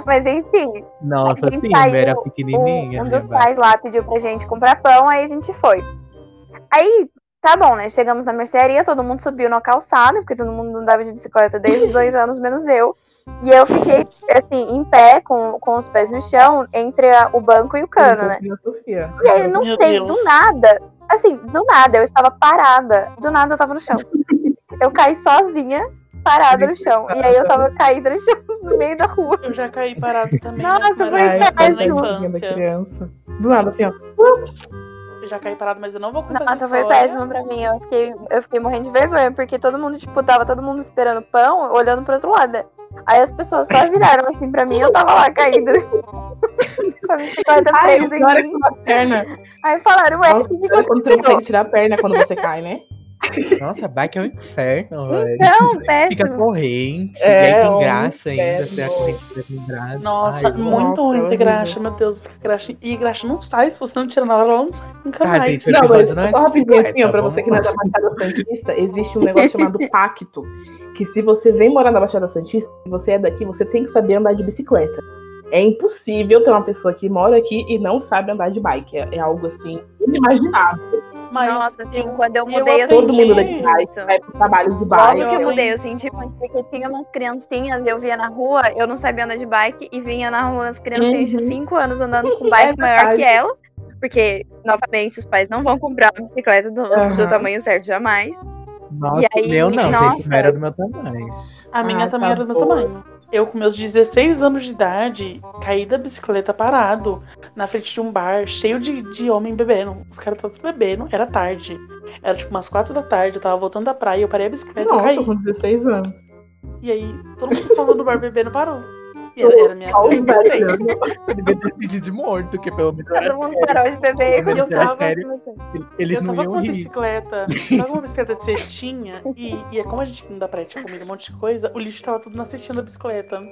[SPEAKER 2] Mas enfim,
[SPEAKER 4] Nossa,
[SPEAKER 2] Aí
[SPEAKER 4] sim, o
[SPEAKER 2] saiu
[SPEAKER 4] meu era
[SPEAKER 2] o-
[SPEAKER 4] pequenininha.
[SPEAKER 2] tá um, um
[SPEAKER 4] né,
[SPEAKER 2] dos
[SPEAKER 4] vai.
[SPEAKER 2] pais lá pediu pra gente comprar pão, aí a gente foi. Aí, tá bom, né? Chegamos na mercearia, todo mundo subiu na calçada, porque todo mundo andava de bicicleta desde os dois anos, menos eu. E eu fiquei, assim, em pé, com, com os pés no chão, entre a- o banco e o cano, né?
[SPEAKER 1] Sofia.
[SPEAKER 2] E aí, não
[SPEAKER 3] Meu
[SPEAKER 2] sei,
[SPEAKER 3] Deus.
[SPEAKER 2] do nada, assim, do nada, eu estava parada. Do nada eu tava no chão. Eu caí sozinha, parada no chão. E aí eu tava caída no chão, no meio da rua.
[SPEAKER 3] Eu já caí parado também.
[SPEAKER 2] Nossa,
[SPEAKER 3] mas
[SPEAKER 2] foi
[SPEAKER 3] era
[SPEAKER 1] Ai,
[SPEAKER 2] péssimo.
[SPEAKER 3] na
[SPEAKER 1] tadinha da
[SPEAKER 3] infância.
[SPEAKER 1] criança. Do nada, assim, ó.
[SPEAKER 3] já caí parado, mas eu não vou contar essa
[SPEAKER 2] Nossa, foi
[SPEAKER 3] história.
[SPEAKER 2] péssimo pra mim. Eu fiquei, eu fiquei morrendo de vergonha, porque todo mundo, tipo, tava todo mundo esperando pão, olhando pro outro lado. né? Aí as pessoas só viraram assim pra mim e eu tava lá caída. Com a bicicleta
[SPEAKER 1] Ai, o
[SPEAKER 2] presa
[SPEAKER 1] pior é
[SPEAKER 2] em mim.
[SPEAKER 1] com a perna.
[SPEAKER 2] Aí falaram, ué, o
[SPEAKER 1] Nossa, é
[SPEAKER 2] que que
[SPEAKER 1] quando você não
[SPEAKER 2] aconteceu?
[SPEAKER 1] consegue tirar a perna quando você cai, né?
[SPEAKER 4] Nossa, bike é um inferno, velho.
[SPEAKER 2] Então,
[SPEAKER 4] Fica
[SPEAKER 2] péssimo.
[SPEAKER 4] corrente,
[SPEAKER 1] É,
[SPEAKER 4] e aí tem
[SPEAKER 1] um
[SPEAKER 4] graxa ainda, se a
[SPEAKER 1] inferno.
[SPEAKER 4] corrente tiver com graxa.
[SPEAKER 3] Nossa,
[SPEAKER 4] Ai,
[SPEAKER 3] muito
[SPEAKER 1] nossa,
[SPEAKER 3] ruim ter
[SPEAKER 1] horrível.
[SPEAKER 3] graxa, meu Deus, fica graxa. E graxa não sai, se você não tira na hora, ela não sai nunca
[SPEAKER 4] Ah,
[SPEAKER 3] mais.
[SPEAKER 4] gente,
[SPEAKER 1] não, mas
[SPEAKER 4] episódio não é
[SPEAKER 1] só rapidinho
[SPEAKER 4] bicicleta,
[SPEAKER 1] assim, ó, pra
[SPEAKER 4] vamos
[SPEAKER 1] você que não é da Baixada Santista, existe um negócio chamado pacto. Que se você vem morar na Baixada Santista, se você é daqui, você tem que saber andar de bicicleta. É impossível ter uma pessoa que mora aqui e não sabe andar de bike. É, é algo assim inimaginável.
[SPEAKER 3] Mas
[SPEAKER 2] Nossa, assim,
[SPEAKER 3] eu-
[SPEAKER 2] quando eu
[SPEAKER 3] eu
[SPEAKER 2] mudei, eu,
[SPEAKER 1] Todo mundo daqui
[SPEAKER 2] senti
[SPEAKER 3] aprendi-
[SPEAKER 1] vai,
[SPEAKER 2] muito.
[SPEAKER 1] vai né? pro trabalho de
[SPEAKER 2] Logo
[SPEAKER 1] bike.
[SPEAKER 2] que eu
[SPEAKER 3] eu-
[SPEAKER 2] mudei, eu senti muito, porque tinha umas criancinhas, eu via na rua, eu não sabia andar de bike, e vinha na rua umas criancinhas
[SPEAKER 1] Uhum. É
[SPEAKER 2] de 5 anos andando com bike maior
[SPEAKER 1] verdade.
[SPEAKER 2] que ela, porque, novamente, os pais não vão comprar uma bicicleta do,
[SPEAKER 1] Aham.
[SPEAKER 2] do tamanho certo jamais.
[SPEAKER 4] Nossa,
[SPEAKER 2] E aí,
[SPEAKER 4] meu não, gente,
[SPEAKER 2] nossa.
[SPEAKER 4] não era do meu tamanho.
[SPEAKER 3] A minha
[SPEAKER 1] Ah,
[SPEAKER 3] também
[SPEAKER 1] tá
[SPEAKER 3] era do meu
[SPEAKER 1] boa.
[SPEAKER 3] tamanho. Eu, com meus 16 anos de idade, caí da bicicleta parado, na frente de um bar, cheio de, de homem bebendo. Os caras estavam tudo bebendo, era tarde. Era tipo umas 4 da tarde, eu tava voltando da praia, eu parei a bicicleta e
[SPEAKER 1] Nossa,
[SPEAKER 3] caí.
[SPEAKER 1] com 16 anos.
[SPEAKER 3] E aí, todo mundo que tava no bar bebendo parou. E era, era minha
[SPEAKER 1] Olha os
[SPEAKER 3] bicicleta.
[SPEAKER 1] velhos.
[SPEAKER 4] Eu devia ter pedido de morto, que pelo menos era
[SPEAKER 2] Todo mundo parou de beber e
[SPEAKER 4] Mas
[SPEAKER 2] continuou
[SPEAKER 4] era
[SPEAKER 2] a
[SPEAKER 4] sério.
[SPEAKER 2] conversa.
[SPEAKER 4] Eles
[SPEAKER 3] eu
[SPEAKER 4] não
[SPEAKER 3] tava com
[SPEAKER 4] iam
[SPEAKER 3] uma
[SPEAKER 4] rir.
[SPEAKER 3] bicicleta, eu tava com uma bicicleta de cestinha, e, e é como a gente não dá pra tinha comido um monte de coisa, o lixo tava tudo na cestinha da bicicleta.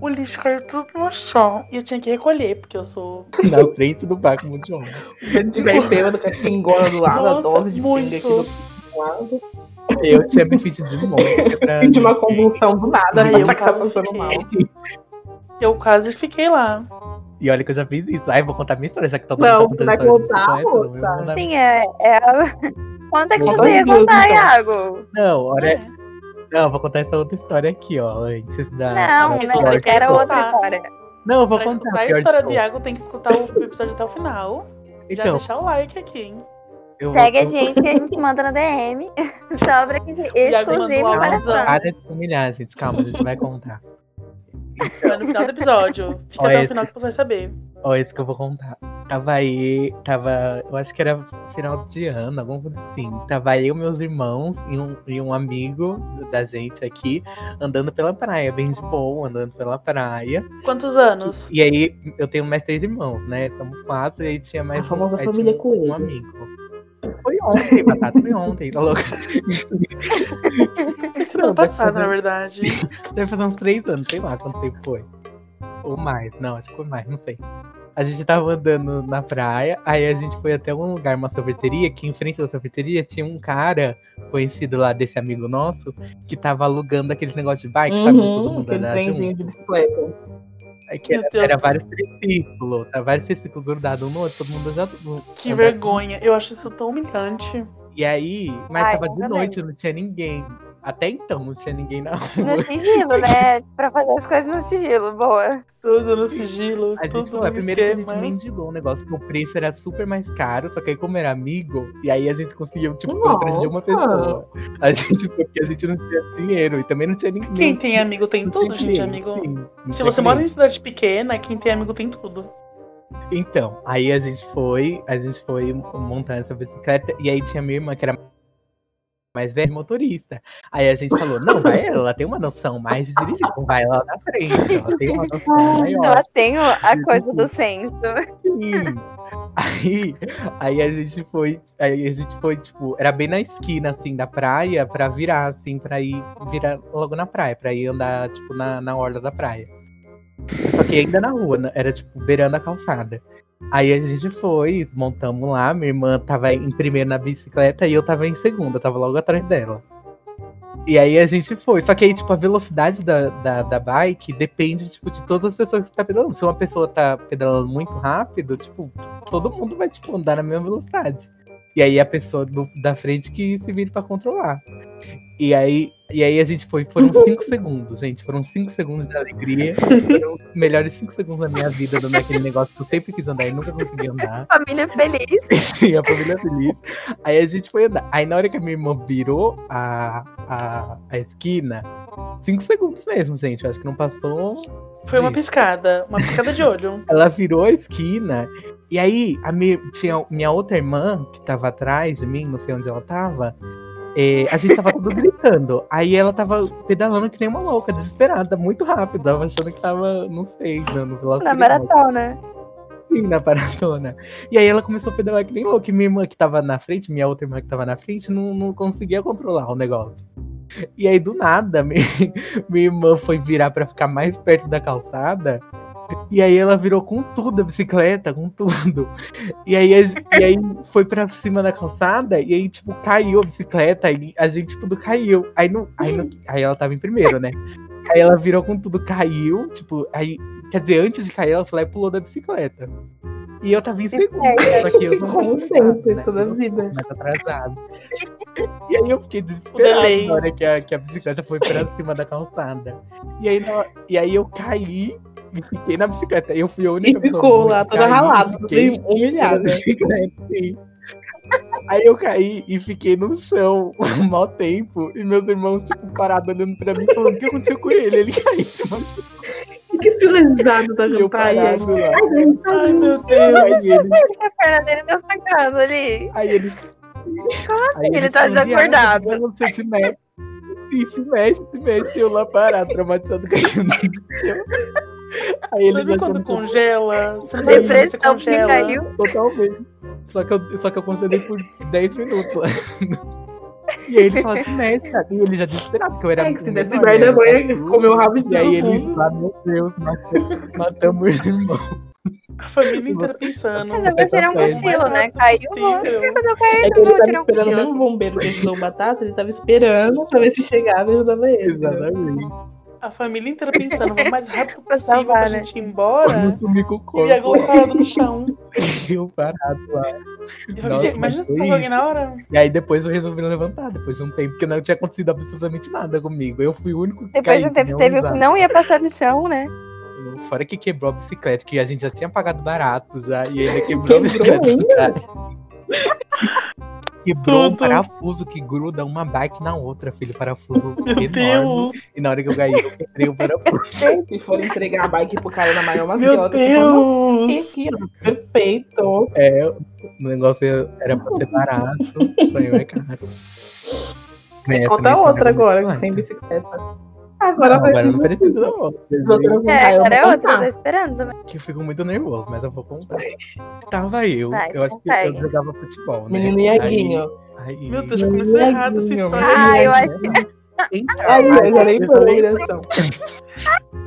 [SPEAKER 3] O lixo caiu tudo no chão e eu tinha que recolher, porque eu sou.
[SPEAKER 4] Na frente do barco mundial.
[SPEAKER 1] Se tiver bêbado com a pingona do lado, a dose de pinga aqui do lado.
[SPEAKER 4] Eu tinha me fingido de morto. Pra...
[SPEAKER 1] Senti uma convulsão do nada,
[SPEAKER 3] Ai,
[SPEAKER 1] mas
[SPEAKER 3] eu
[SPEAKER 1] tá que tá
[SPEAKER 3] quase
[SPEAKER 1] passando mal.
[SPEAKER 3] Eu quase fiquei lá.
[SPEAKER 4] E olha que eu já fiz isso. Ai, vou contar minha história, já que todo mundo
[SPEAKER 1] Não,
[SPEAKER 4] tá
[SPEAKER 1] você
[SPEAKER 4] contando
[SPEAKER 1] vai
[SPEAKER 4] história de
[SPEAKER 1] contar,
[SPEAKER 4] bicicleta, eu vou
[SPEAKER 1] moça?
[SPEAKER 4] mandar-
[SPEAKER 2] Sim, é... é a- Quanto é que
[SPEAKER 4] Conta
[SPEAKER 2] você ia
[SPEAKER 1] as duas,
[SPEAKER 2] contar,
[SPEAKER 1] então.
[SPEAKER 2] Iago?
[SPEAKER 4] Não, olha,
[SPEAKER 3] É.
[SPEAKER 4] não, eu vou contar essa outra história aqui, ó. Antes
[SPEAKER 1] É,
[SPEAKER 4] da.
[SPEAKER 2] Não,
[SPEAKER 4] da
[SPEAKER 3] eu
[SPEAKER 2] não,
[SPEAKER 4] pior
[SPEAKER 2] eu
[SPEAKER 3] quero
[SPEAKER 2] quero
[SPEAKER 4] de
[SPEAKER 2] outra
[SPEAKER 3] contar.
[SPEAKER 2] história.
[SPEAKER 4] todas. Não, eu vou
[SPEAKER 3] Pra
[SPEAKER 4] contar.
[SPEAKER 3] escutar a
[SPEAKER 4] pior de
[SPEAKER 3] história do
[SPEAKER 4] todas.
[SPEAKER 3] Iago, tem que escutar o episódio até o final. já
[SPEAKER 4] Então,
[SPEAKER 3] deixar o like aqui, hein?
[SPEAKER 4] eu vou-
[SPEAKER 2] Segue a
[SPEAKER 4] eu-
[SPEAKER 2] gente e a gente manda na DM. Só pra que
[SPEAKER 3] Iago mandou
[SPEAKER 2] exclusivo
[SPEAKER 3] um
[SPEAKER 2] para
[SPEAKER 3] áudio.
[SPEAKER 2] fãs.
[SPEAKER 4] Para de se humilhar, gente. Calma, a gente vai contar.
[SPEAKER 3] Vai no final do episódio. Fica
[SPEAKER 4] Olha
[SPEAKER 3] até
[SPEAKER 4] esse.
[SPEAKER 3] o final que você vai saber.
[SPEAKER 4] Ó, isso que eu vou contar. Tava aí, tava. Eu acho que era final de ano, alguma coisa assim. Tava eu, meus irmãos e um, e um amigo da gente aqui andando pela praia, bem de boa, andando pela praia.
[SPEAKER 3] Quantos anos?
[SPEAKER 4] E aí, eu tenho mais três irmãos, né? Somos quatro, e aí tinha mais
[SPEAKER 1] A famosa
[SPEAKER 4] aí
[SPEAKER 1] família
[SPEAKER 4] tinha um-
[SPEAKER 1] Coelho.
[SPEAKER 4] um amigo. Foi ontem, batata foi ontem, tá louco?
[SPEAKER 3] Foi semana
[SPEAKER 4] Não, deve
[SPEAKER 3] passada,
[SPEAKER 4] fazer-
[SPEAKER 3] na verdade.
[SPEAKER 4] Deve fazer uns três anos, sei lá quanto tempo foi. Ou mais, não, acho que foi mais, não sei. A gente tava andando na praia, aí a gente foi até um lugar, uma sorveteria, que em frente da sorveteria tinha um cara conhecido lá desse amigo nosso, que tava alugando aqueles negócios de bike, sabe? de Todo
[SPEAKER 1] Uhum,
[SPEAKER 4] mundo
[SPEAKER 1] aquele
[SPEAKER 4] andar
[SPEAKER 1] trenzinho
[SPEAKER 4] junto.
[SPEAKER 1] de bicicleta.
[SPEAKER 4] Aí que
[SPEAKER 3] Meu
[SPEAKER 4] era,
[SPEAKER 3] Deus.
[SPEAKER 4] era vários triciclos, tá? vários triciclos grudados um no outro, todo mundo já.
[SPEAKER 3] Que vergonha. Eu acho isso tão humilhante.
[SPEAKER 4] E aí, mas
[SPEAKER 3] Ah,
[SPEAKER 2] Ai,
[SPEAKER 4] tava de
[SPEAKER 2] ainda
[SPEAKER 4] noite, não tinha ninguém. Até então não tinha ninguém na rua.
[SPEAKER 2] No sigilo, né? Pra fazer as coisas no sigilo, boa.
[SPEAKER 3] Tudo no sigilo,
[SPEAKER 4] A gente
[SPEAKER 3] tudo
[SPEAKER 4] foi
[SPEAKER 3] no
[SPEAKER 4] a primeira que a gente
[SPEAKER 3] esquema.
[SPEAKER 4] mendigou o negócio, porque o preço era super mais caro, só que aí como era amigo, e aí a gente conseguiu, tipo, pelo preço de uma
[SPEAKER 1] Nossa!
[SPEAKER 4] pessoa. A gente foi porque a gente não tinha dinheiro e também não tinha ninguém.
[SPEAKER 3] Quem tem amigo tem
[SPEAKER 4] não
[SPEAKER 3] tudo,
[SPEAKER 4] tinha
[SPEAKER 3] gente,
[SPEAKER 4] cliente,
[SPEAKER 3] amigo.
[SPEAKER 4] sim, não
[SPEAKER 3] Se
[SPEAKER 4] tinha
[SPEAKER 3] você mora
[SPEAKER 4] cliente.
[SPEAKER 3] em cidade pequena, quem tem amigo tem tudo.
[SPEAKER 4] Então, aí a gente foi, a gente foi montar essa bicicleta, e aí tinha minha irmã que era mais velha motorista. Aí a gente falou, não, vai ela, ela tem uma noção mais de dirigir, então vai ela na frente, ela tem uma noção maior.
[SPEAKER 2] Ela tem o- a coisa do senso.
[SPEAKER 4] Sim. Aí, aí a gente foi, aí a gente foi, tipo, era bem na esquina, assim, da praia, pra virar, assim, pra ir virar logo na praia, pra ir andar, tipo, na, na orla da praia. Só que ainda na rua, né, era, tipo, beirando a calçada. Aí a gente foi, montamos lá, minha irmã tava em primeiro na bicicleta e eu tava em segunda, eu tava logo atrás dela. E aí a gente foi. Só que aí, tipo, a velocidade da, da, da bike depende, tipo, de todas as pessoas que você tá pedalando. Se uma pessoa tá pedalando muito rápido, tipo, todo mundo vai, tipo, andar na mesma velocidade. E aí a pessoa do- da frente que se vira pra controlar. E aí, e aí a gente foi, foram cinco segundos, gente. Foram cinco segundos de alegria. Foram os melhores cinco segundos da minha vida andando naquele negócio que eu sempre quis andar e nunca consegui andar.
[SPEAKER 2] Família feliz.
[SPEAKER 4] E a família feliz. Aí a gente foi andar. Aí na hora que a minha irmã virou a, a, a esquina, cinco segundos mesmo, gente. Eu acho que não passou.
[SPEAKER 3] Foi uma
[SPEAKER 4] Isso.
[SPEAKER 3] piscada, uma piscada de olho.
[SPEAKER 4] Ela virou a esquina E aí, a mi- tinha minha outra irmã, que tava atrás de mim, não sei onde ela tava. é, a gente tava tudo gritando. Aí ela tava pedalando que nem uma louca, desesperada, muito rápido. Tava achando que tava, não sei, dando
[SPEAKER 2] Na
[SPEAKER 4] velocidade.
[SPEAKER 2] maratona.
[SPEAKER 4] Sim, assim, na maratona. E aí ela começou a pedalar que nem louca. E minha irmã que tava na frente, minha outra irmã que tava na frente, não, não conseguia controlar o negócio. E aí, do nada, minha, minha irmã foi virar pra ficar mais perto da calçada. E aí ela virou com tudo a bicicleta, com tudo. E aí, a gen- e aí foi pra cima da calçada e aí, tipo, caiu a bicicleta e a gente tudo caiu. Aí, não, aí, não, aí ela tava em primeiro, né? Aí ela virou com tudo, caiu, tipo, aí. Quer dizer, antes de cair, ela foi lá e pulou da bicicleta. E eu tava em segundo. Só que eu não
[SPEAKER 1] É, Como
[SPEAKER 4] tava
[SPEAKER 1] sempre,
[SPEAKER 4] atrasado, né?
[SPEAKER 1] toda
[SPEAKER 4] Eu
[SPEAKER 1] a vida.
[SPEAKER 4] mas atrasado. E aí eu fiquei desesperado
[SPEAKER 3] delay.
[SPEAKER 4] na hora que a, que a bicicleta foi pra cima da calçada. E aí, na- e aí eu caí e fiquei na bicicleta. Eu fui a
[SPEAKER 1] E
[SPEAKER 4] única
[SPEAKER 1] ficou lá
[SPEAKER 4] que
[SPEAKER 1] toda
[SPEAKER 4] caiu e
[SPEAKER 1] ralada,
[SPEAKER 4] fiquei
[SPEAKER 1] toda humilhada.
[SPEAKER 4] na bicicleta, sim. Aí eu caí e fiquei no chão um mau tempo. E meus irmãos, tipo, parados olhando pra mim, falando: o que aconteceu com ele? Ele caiu, se machucou.
[SPEAKER 1] Que tá finalizado da
[SPEAKER 4] E eu
[SPEAKER 1] campainha.
[SPEAKER 4] parado lá.
[SPEAKER 1] Ai, gente,
[SPEAKER 3] Ai, meu Deus.
[SPEAKER 4] Aí ele,
[SPEAKER 2] A perna dele tá sangrando ali.
[SPEAKER 4] aí ele Aí
[SPEAKER 2] Ele tá
[SPEAKER 4] falou, "Viado,
[SPEAKER 2] desacordado."
[SPEAKER 4] Você se mexe. Sim, se mexe, se mexe. Eu lá parado, traumatizado, caindo no chão. Aí ele
[SPEAKER 3] Sabe quando
[SPEAKER 4] levantou
[SPEAKER 3] congela? Você não sabe quando você
[SPEAKER 2] Depressão que
[SPEAKER 3] congela.
[SPEAKER 4] né?
[SPEAKER 2] caiu.
[SPEAKER 4] totalmente. Só que eu, só que eu congelei por 10 minutos. E aí ele falou, se mexe, cara. E ele já desesperado, porque eu era
[SPEAKER 1] É que se
[SPEAKER 4] muito
[SPEAKER 1] desse
[SPEAKER 4] menor,
[SPEAKER 1] merda,
[SPEAKER 4] era
[SPEAKER 1] amanhã
[SPEAKER 4] caçula.
[SPEAKER 1] comeu o rabo de né?
[SPEAKER 4] E aí
[SPEAKER 1] todo
[SPEAKER 4] ele
[SPEAKER 1] mundo.
[SPEAKER 4] lá, meu Deus, matamos, matamos o irmão.
[SPEAKER 3] A família inteira pensando. "É,
[SPEAKER 2] Mas eu vou tirar um
[SPEAKER 4] Tá
[SPEAKER 2] cochilo, né?
[SPEAKER 3] bom,
[SPEAKER 2] Caiu.
[SPEAKER 3] sim,
[SPEAKER 2] vou-
[SPEAKER 3] eu-
[SPEAKER 2] Quando eu caí,
[SPEAKER 1] É que
[SPEAKER 2] eu
[SPEAKER 1] ele
[SPEAKER 2] vou
[SPEAKER 1] tava
[SPEAKER 2] tirar
[SPEAKER 1] esperando,
[SPEAKER 2] um
[SPEAKER 1] o
[SPEAKER 2] cochilo.
[SPEAKER 1] mesmo bombeiro que ajudou o Batata, ele tava esperando pra ver se chegava e ajudava ele. entendeu?
[SPEAKER 4] Exatamente.
[SPEAKER 3] A família inteira pensando, vamos o mais rápido
[SPEAKER 2] Pra
[SPEAKER 3] possível pra
[SPEAKER 2] salvar, né?
[SPEAKER 3] gente ir
[SPEAKER 4] Eu
[SPEAKER 3] embora.
[SPEAKER 4] sumi com o corpo.
[SPEAKER 3] E agora parado no chão.
[SPEAKER 4] E eu parado lá.
[SPEAKER 3] E a
[SPEAKER 4] Nossa,
[SPEAKER 3] família,
[SPEAKER 4] mas
[SPEAKER 3] imagina se
[SPEAKER 4] foi
[SPEAKER 3] tava alguém
[SPEAKER 4] isso.
[SPEAKER 3] na hora.
[SPEAKER 4] E aí depois eu resolvi levantar, depois de um tempo, porque não tinha acontecido absolutamente nada comigo. Eu fui o único que
[SPEAKER 2] Depois de
[SPEAKER 4] caí,
[SPEAKER 2] um tempo,
[SPEAKER 4] não
[SPEAKER 2] você viu que
[SPEAKER 4] usava.
[SPEAKER 2] não ia passar do chão, né?
[SPEAKER 4] Fora que quebrou a bicicleta, que a gente já tinha pagado barato já, e ainda quebrou,
[SPEAKER 1] Quebrou
[SPEAKER 4] a bicicleta do cara. Quebrou um
[SPEAKER 3] Tudo.
[SPEAKER 4] parafuso que gruda uma bike na outra, filho. Parafuso
[SPEAKER 3] Meu
[SPEAKER 4] enorme.
[SPEAKER 3] Deus.
[SPEAKER 4] E na hora que eu caí, eu quebrei o parafuso.
[SPEAKER 1] E foram entregar a bike pro cara na maior
[SPEAKER 3] Meu
[SPEAKER 1] maciota. assim, falando, "Não,
[SPEAKER 3] Deus.
[SPEAKER 1] aqui, ó, Perfeito.
[SPEAKER 4] É, o negócio era pra ser barato, sonho é caro. Né,
[SPEAKER 1] Conta
[SPEAKER 4] também
[SPEAKER 1] outra
[SPEAKER 4] quebrou a
[SPEAKER 1] agora, sem
[SPEAKER 4] bicicleta.
[SPEAKER 1] bicicleta. Agora
[SPEAKER 4] Não,
[SPEAKER 1] vai
[SPEAKER 4] agora eu não preciso da outra.
[SPEAKER 1] outra vai. eu
[SPEAKER 2] É, agora é
[SPEAKER 1] vou
[SPEAKER 2] outra,
[SPEAKER 1] contar.
[SPEAKER 2] tá esperando.
[SPEAKER 4] que eu fico muito nervoso, mas eu vou contar. Tava eu,
[SPEAKER 2] Vai,
[SPEAKER 4] eu acho
[SPEAKER 2] consegue.
[SPEAKER 4] que eu jogava futebol, né?
[SPEAKER 1] Menino Iaguinho.
[SPEAKER 4] Aí, aí,
[SPEAKER 3] Meu Deus, já começou errado essa
[SPEAKER 1] Meu
[SPEAKER 4] é
[SPEAKER 3] história.
[SPEAKER 2] Ah, eu acho que Ah,
[SPEAKER 4] Então,
[SPEAKER 1] Ai, eu já nem
[SPEAKER 4] aí
[SPEAKER 1] então.
[SPEAKER 4] eu
[SPEAKER 1] falei né?
[SPEAKER 4] falei,
[SPEAKER 1] direção.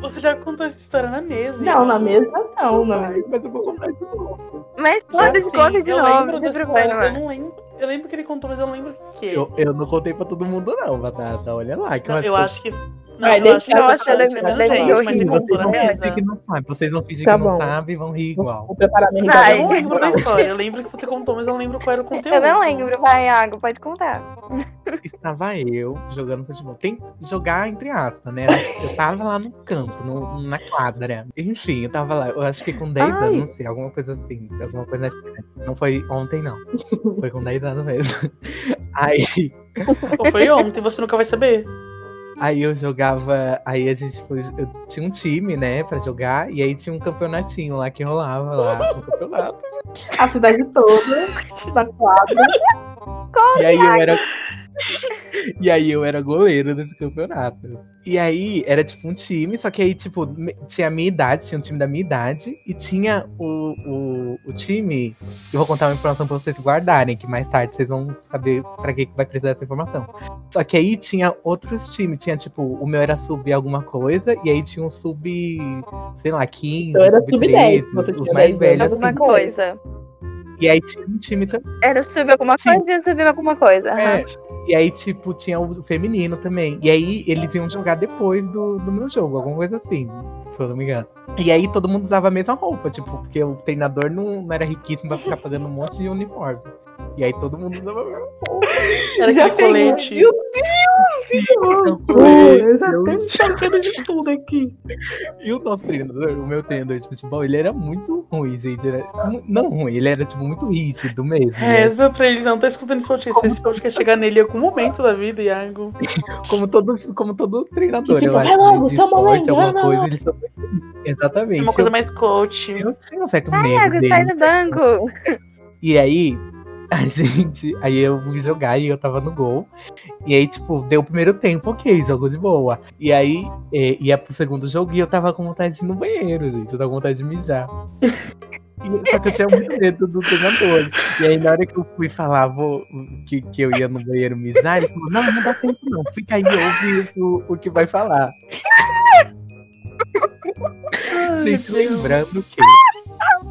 [SPEAKER 3] Você já contou essa história na mesa.
[SPEAKER 1] Não, na mesa não, na
[SPEAKER 4] "Ai, mas eu vou contar de novo.
[SPEAKER 2] Mas
[SPEAKER 3] Já
[SPEAKER 2] foda-se,
[SPEAKER 3] sim,
[SPEAKER 2] conta de
[SPEAKER 3] eu
[SPEAKER 2] novo,
[SPEAKER 3] lembro
[SPEAKER 2] não é? tem
[SPEAKER 3] dessa história, Eu
[SPEAKER 2] problema.
[SPEAKER 3] não lembro. Eu lembro que ele contou, mas eu não lembro o que.
[SPEAKER 4] Eu, eu não contei pra todo mundo, não, Batata. Olha lá, que eu,
[SPEAKER 3] Não,
[SPEAKER 4] acho
[SPEAKER 3] eu
[SPEAKER 4] que
[SPEAKER 3] acho que. Não,
[SPEAKER 1] Vai,
[SPEAKER 3] eu
[SPEAKER 1] deixa
[SPEAKER 3] acho que
[SPEAKER 2] eu
[SPEAKER 3] você
[SPEAKER 2] achar
[SPEAKER 3] tá
[SPEAKER 2] da
[SPEAKER 3] tirando
[SPEAKER 2] minha-
[SPEAKER 3] a gente,
[SPEAKER 2] daí
[SPEAKER 3] mas ele
[SPEAKER 2] horrível.
[SPEAKER 4] vocês
[SPEAKER 3] contou na
[SPEAKER 4] não
[SPEAKER 3] mesa.
[SPEAKER 4] fingem que não sabe. Vocês vão fingir
[SPEAKER 1] Tá
[SPEAKER 4] que
[SPEAKER 1] bom.
[SPEAKER 4] não sabe e vão rir igual.
[SPEAKER 1] Vou preparar minha risada.
[SPEAKER 2] Vai.
[SPEAKER 3] Ah, Eu não lembro da
[SPEAKER 1] Não.
[SPEAKER 3] história. Eu lembro que você contou, mas eu não lembro qual era o conteúdo.
[SPEAKER 2] Eu não lembro, vai, Iago, pode contar.
[SPEAKER 4] Estava eu jogando futebol. Tem jogar entre aspas, né? Eu tava lá no campo, no- na quadra. Enfim, eu tava lá, eu acho que com 10
[SPEAKER 1] Ai.
[SPEAKER 4] anos, não sei, alguma coisa assim. Alguma coisa assim. Não foi ontem, não. Foi com 10 anos mesmo. Aí,
[SPEAKER 3] Ou foi ontem, você nunca vai saber.
[SPEAKER 4] aí eu jogava. Aí a gente foi. Eu tinha um time, né, pra jogar. E aí tinha um campeonatinho lá que rolava lá. Um campeonato.
[SPEAKER 1] A cidade toda, da quadra.
[SPEAKER 4] E aí eu era. E aí eu era goleiro desse campeonato. E aí era tipo um time, só que aí, tipo, me- tinha a minha idade, tinha um time da minha idade, e tinha o, o, o time. Eu vou contar uma informação pra vocês guardarem, que mais tarde vocês vão saber pra que que vai precisar dessa informação. Só que aí tinha outros times, tinha tipo, o meu era sub alguma coisa, e aí tinha um sub, sei lá, 15,
[SPEAKER 1] Eu era
[SPEAKER 4] sub 13,
[SPEAKER 1] sub-10, você
[SPEAKER 4] os
[SPEAKER 1] tinha
[SPEAKER 4] mais
[SPEAKER 1] 10 anos,
[SPEAKER 4] velhos.
[SPEAKER 1] alguma
[SPEAKER 4] Assim.
[SPEAKER 2] Alguma coisa.
[SPEAKER 4] E aí tinha um time também.
[SPEAKER 2] Era o subir alguma
[SPEAKER 4] Sim.
[SPEAKER 2] coisa e o subir alguma coisa. aham.
[SPEAKER 4] É, E aí, tipo, tinha o feminino também. E aí, eles iam jogar depois do, do meu jogo, alguma coisa assim, se eu não me engano. E aí, todo mundo usava a mesma roupa, tipo, porque o treinador não, não era riquíssimo pra ficar pagando um monte de uniforme. E aí, todo mundo usava a mesma
[SPEAKER 3] Era
[SPEAKER 1] Já
[SPEAKER 3] aquele
[SPEAKER 1] peguei.
[SPEAKER 3] é colete.
[SPEAKER 1] Meu Deus!
[SPEAKER 4] coisa.
[SPEAKER 1] Eu já
[SPEAKER 4] Eu-
[SPEAKER 1] tenho sabendo de tudo aqui.
[SPEAKER 4] E o nosso treinador, o meu treinador de futebol, ele era muito ruim, gente. Era, mu- não ruim, ele era, tipo, muito rígido mesmo. né?
[SPEAKER 3] Reza pra ele não tá escutando esse podcast. Esse podcast chegar nele em algum momento da vida, Iago.
[SPEAKER 4] Como todo, como todo treinador,
[SPEAKER 1] Que
[SPEAKER 4] eu
[SPEAKER 1] tipo,
[SPEAKER 4] acho.
[SPEAKER 1] vai
[SPEAKER 4] né,
[SPEAKER 1] logo,
[SPEAKER 4] de
[SPEAKER 1] Samuel,
[SPEAKER 4] esporte, alguma
[SPEAKER 1] vai
[SPEAKER 4] coisa,
[SPEAKER 1] logo.
[SPEAKER 4] ele só- Exatamente.
[SPEAKER 3] É uma coisa Ah, tá mais coach.
[SPEAKER 4] eu, eu tinha um certo
[SPEAKER 2] Ai,
[SPEAKER 4] medo
[SPEAKER 2] Iago, sai
[SPEAKER 4] dele.
[SPEAKER 2] do banco.
[SPEAKER 4] E aí, a gente. Aí eu fui jogar e eu tava no gol. E aí, tipo, deu o primeiro tempo, ok, jogo de boa. E aí, é, ia pro segundo jogo e eu tava com vontade de ir no banheiro, gente. Eu tava com vontade de mijar. E- Só que eu tinha muito medo do treinador. E aí, na hora que eu fui falar vou, que, que eu ia no banheiro mijar, ele falou: Não, não dá tempo não. Fica aí e ouve o, o que vai falar.
[SPEAKER 3] Ai,
[SPEAKER 4] Gente,
[SPEAKER 3] meu Deus.
[SPEAKER 4] lembrando que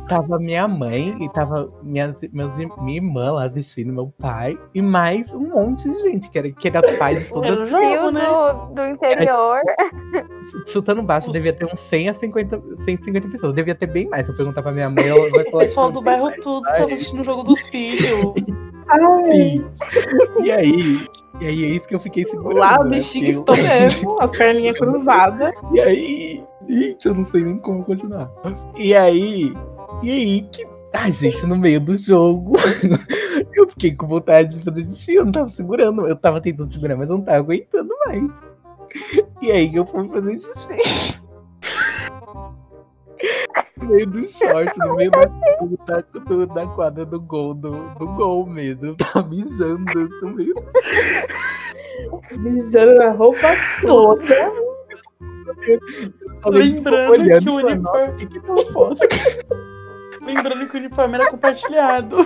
[SPEAKER 4] tava minha mãe e tava minhas, meus, ir- minha irmã lá assistindo, meu pai, e mais um monte de gente, que era, que era pai de
[SPEAKER 3] Era
[SPEAKER 4] todas.
[SPEAKER 3] um
[SPEAKER 2] Rios
[SPEAKER 3] jogo, né?
[SPEAKER 2] do, do interior.
[SPEAKER 4] É. Chutando baixo,
[SPEAKER 3] Os-
[SPEAKER 4] devia ter uns 100 a 50, 150 pessoas. Devia ter bem mais. Se eu perguntar pra minha mãe, ela vai
[SPEAKER 3] O
[SPEAKER 4] falar.
[SPEAKER 3] pessoal do bairro tudo
[SPEAKER 4] Ai.
[SPEAKER 3] tava assistindo o jogo dos filhos.
[SPEAKER 4] Sim. E aí? E aí é isso que eu fiquei segurando.
[SPEAKER 1] Lá o
[SPEAKER 4] né?
[SPEAKER 1] bichinho
[SPEAKER 4] Porque eu-
[SPEAKER 1] estou mesmo, as perninhas cruzadas.
[SPEAKER 4] E aí? Gente, eu não sei nem como continuar. E aí? E aí que. Ai, gente, no meio do jogo. eu fiquei com vontade de fazer xixi, eu não tava segurando. Eu tava tentando segurar, mas eu não tava aguentando mais. E aí eu fui fazer xixi. No meio do short, no meio da, da, do- da quadra do gol, do, do gol mesmo. Eu tava mijando no meio
[SPEAKER 1] Mijando na roupa toda.
[SPEAKER 4] Eu lembro que eu tava
[SPEAKER 3] Lembrando
[SPEAKER 4] olhando
[SPEAKER 3] que o
[SPEAKER 4] e falando, "Nossa,
[SPEAKER 3] uniforme-
[SPEAKER 4] que que eu posso
[SPEAKER 3] Lembrando que o uniforme era compartilhado.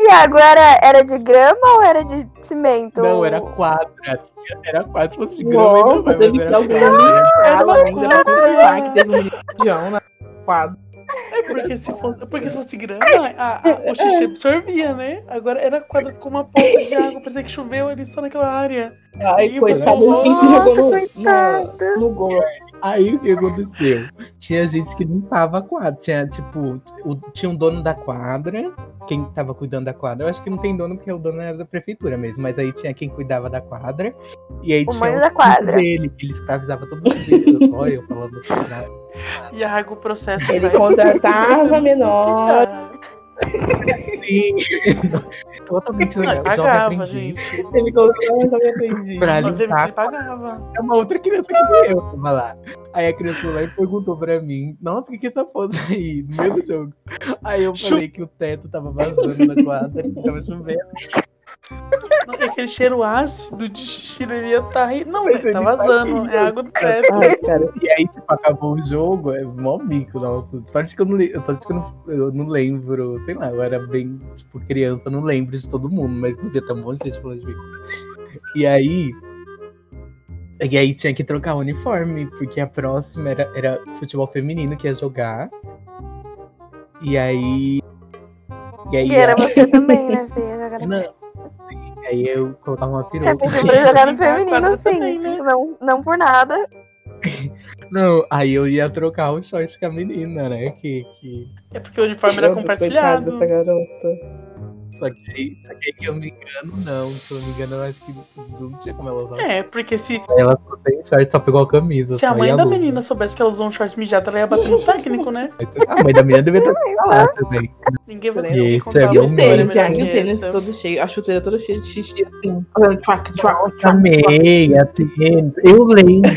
[SPEAKER 2] Iago, era, era de grama ou era de cimento?
[SPEAKER 4] Não, era quadra. tia. Era quadra. Se fosse grama,
[SPEAKER 1] Nossa,
[SPEAKER 4] ainda vai,
[SPEAKER 1] teve
[SPEAKER 4] mas
[SPEAKER 1] que
[SPEAKER 4] era
[SPEAKER 1] alguém
[SPEAKER 4] quadra.
[SPEAKER 1] Era
[SPEAKER 3] uma
[SPEAKER 1] ainda pra confirmar que teve um religião na quadra.
[SPEAKER 3] É porque se fosse, porque se fosse grama, a- a- o xixi absorvia, né? Agora era quadra com uma poça de água, parecia que choveu ali só naquela área.
[SPEAKER 1] Ai,
[SPEAKER 3] Ih,
[SPEAKER 1] coitado,
[SPEAKER 3] pessoal,
[SPEAKER 1] quem se jogou no,
[SPEAKER 2] coitada.
[SPEAKER 1] no- no gol.
[SPEAKER 4] Aí o que aconteceu? Tinha gente que limpava a quadra. Tinha, tipo, o- tinha um dono da quadra. Quem tava cuidando da quadra. Eu acho que não tem dono, porque o dono era da prefeitura mesmo. Mas aí tinha quem cuidava da quadra. E aí
[SPEAKER 2] O
[SPEAKER 4] tinha
[SPEAKER 2] mano
[SPEAKER 4] os
[SPEAKER 2] da
[SPEAKER 4] filhos
[SPEAKER 2] quadra.
[SPEAKER 4] dele, que ele escravizava todos os filhos. Olha, eu falando que escravizava.
[SPEAKER 3] Iago, o processo.
[SPEAKER 1] Ele
[SPEAKER 3] vai- Ah,
[SPEAKER 1] contratava né? menor.
[SPEAKER 4] Sim. Totalmente
[SPEAKER 3] Não,
[SPEAKER 4] legal.
[SPEAKER 3] ele
[SPEAKER 4] Jovem
[SPEAKER 3] pagava, né?
[SPEAKER 4] aprendiz.
[SPEAKER 3] gente.
[SPEAKER 1] Ele contratava jovem aprendiz.
[SPEAKER 4] Pra
[SPEAKER 3] Mas teve que
[SPEAKER 4] limpar
[SPEAKER 3] Ele pagava.
[SPEAKER 4] É uma outra criança que nem eu tava lá. Aí a criança foi lá e perguntou pra mim, nossa, o que que é essa foto aí? No meio do jogo. Aí eu falei que o teto tava vazando na quadra, que tava chovendo.
[SPEAKER 3] Não, é e Aquele cheiro ácido de xixi dele ia tá aí. Não,
[SPEAKER 4] Mas ele
[SPEAKER 3] tá vazando.
[SPEAKER 4] fazia.
[SPEAKER 3] É água do teto.
[SPEAKER 1] Ai, cara.
[SPEAKER 4] E aí, tipo, acabou o jogo, é mó bico, nossa. Sorte que eu não, li- sorte que eu não, eu não lembro, sei lá, eu era bem, tipo, criança, não lembro de todo mundo, mas devia ter um monte de gente falando de bico. E aí... E aí tinha que trocar o uniforme, porque a próxima era, era futebol feminino que ia jogar. E aí. E aí.
[SPEAKER 2] E era
[SPEAKER 4] a-
[SPEAKER 2] você também, né? Você ia jogar no
[SPEAKER 4] Não. Sim, aí eu colocava uma
[SPEAKER 2] Você é
[SPEAKER 4] peruca.
[SPEAKER 2] pediu pra jogar no
[SPEAKER 3] Limpar a
[SPEAKER 2] feminino,
[SPEAKER 3] quadra
[SPEAKER 2] sim.
[SPEAKER 3] também, né?
[SPEAKER 2] Não, não por nada.
[SPEAKER 4] Não, aí eu ia trocar o short com a menina, né? Que, que...
[SPEAKER 3] É porque o uniforme era
[SPEAKER 1] Nossa, coitada
[SPEAKER 3] compartilhado.
[SPEAKER 1] dessa garota.
[SPEAKER 4] Só, que aí, só que aí que eu me engano, não. Se eu me engano, eu acho que não tinha como ela usar.
[SPEAKER 3] É, porque se,
[SPEAKER 4] Aí ela só tem short, só pegou a camisa.
[SPEAKER 3] se a
[SPEAKER 4] só, e
[SPEAKER 3] mãe da
[SPEAKER 4] luva.
[SPEAKER 3] menina soubesse que ela usou um short mijado, ela ia bater no técnico, né?
[SPEAKER 4] A mãe da menina devia estar lá
[SPEAKER 3] tá
[SPEAKER 4] também.
[SPEAKER 3] Ninguém vai
[SPEAKER 1] Isso,
[SPEAKER 3] conseguir contar
[SPEAKER 4] é
[SPEAKER 1] E
[SPEAKER 3] uma
[SPEAKER 4] meu
[SPEAKER 1] o
[SPEAKER 4] Não,
[SPEAKER 3] história
[SPEAKER 4] era
[SPEAKER 1] tênis,
[SPEAKER 3] melhor
[SPEAKER 1] Iago, e o
[SPEAKER 3] que
[SPEAKER 1] tênis
[SPEAKER 3] essa.
[SPEAKER 1] todo cheio, a chuteira toda cheia de xixi, assim. fazendo Tchac, tchac, tchac.
[SPEAKER 4] Amei, atendo. Eu lembro.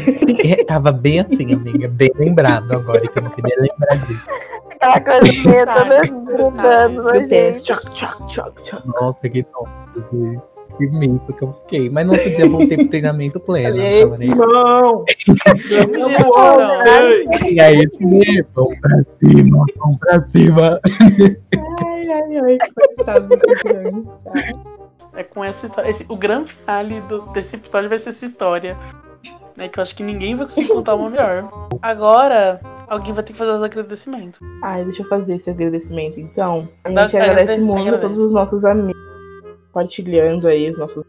[SPEAKER 4] É, Tava bem assim, amiga. Bem lembrado agora, que eu não queria lembrar disso.
[SPEAKER 2] Aquela coisa feia, toda
[SPEAKER 3] Detalhes,
[SPEAKER 2] grudando
[SPEAKER 3] detalhes.
[SPEAKER 2] no
[SPEAKER 1] Meu tênis,
[SPEAKER 2] jeito.
[SPEAKER 1] tchac, tchac, tchac, tchac.
[SPEAKER 4] Nossa, que tonto. Que mito que eu fiquei. Mas no outro dia eu voltei pro treinamento pleno. não tava nem-
[SPEAKER 1] Não!
[SPEAKER 3] Vamos,
[SPEAKER 1] Não,
[SPEAKER 3] Geraldo.
[SPEAKER 4] E aí, time, vamos pra cima, vamos pra cima.
[SPEAKER 1] Ai, ai, ai, coitado do Cristiano.
[SPEAKER 3] É com essa história. Esse- o grande finale do- desse episódio vai ser essa história. Né, que eu acho que ninguém vai conseguir contar uma melhor. Agora, alguém vai ter que fazer os agradecimentos.
[SPEAKER 1] Ai, deixa eu fazer esse agradecimento, então. A
[SPEAKER 3] Dá-
[SPEAKER 1] gente agradece
[SPEAKER 3] agradece,
[SPEAKER 1] muito a
[SPEAKER 3] agradece.
[SPEAKER 1] todos os nossos amigos compartilhando aí os nossos,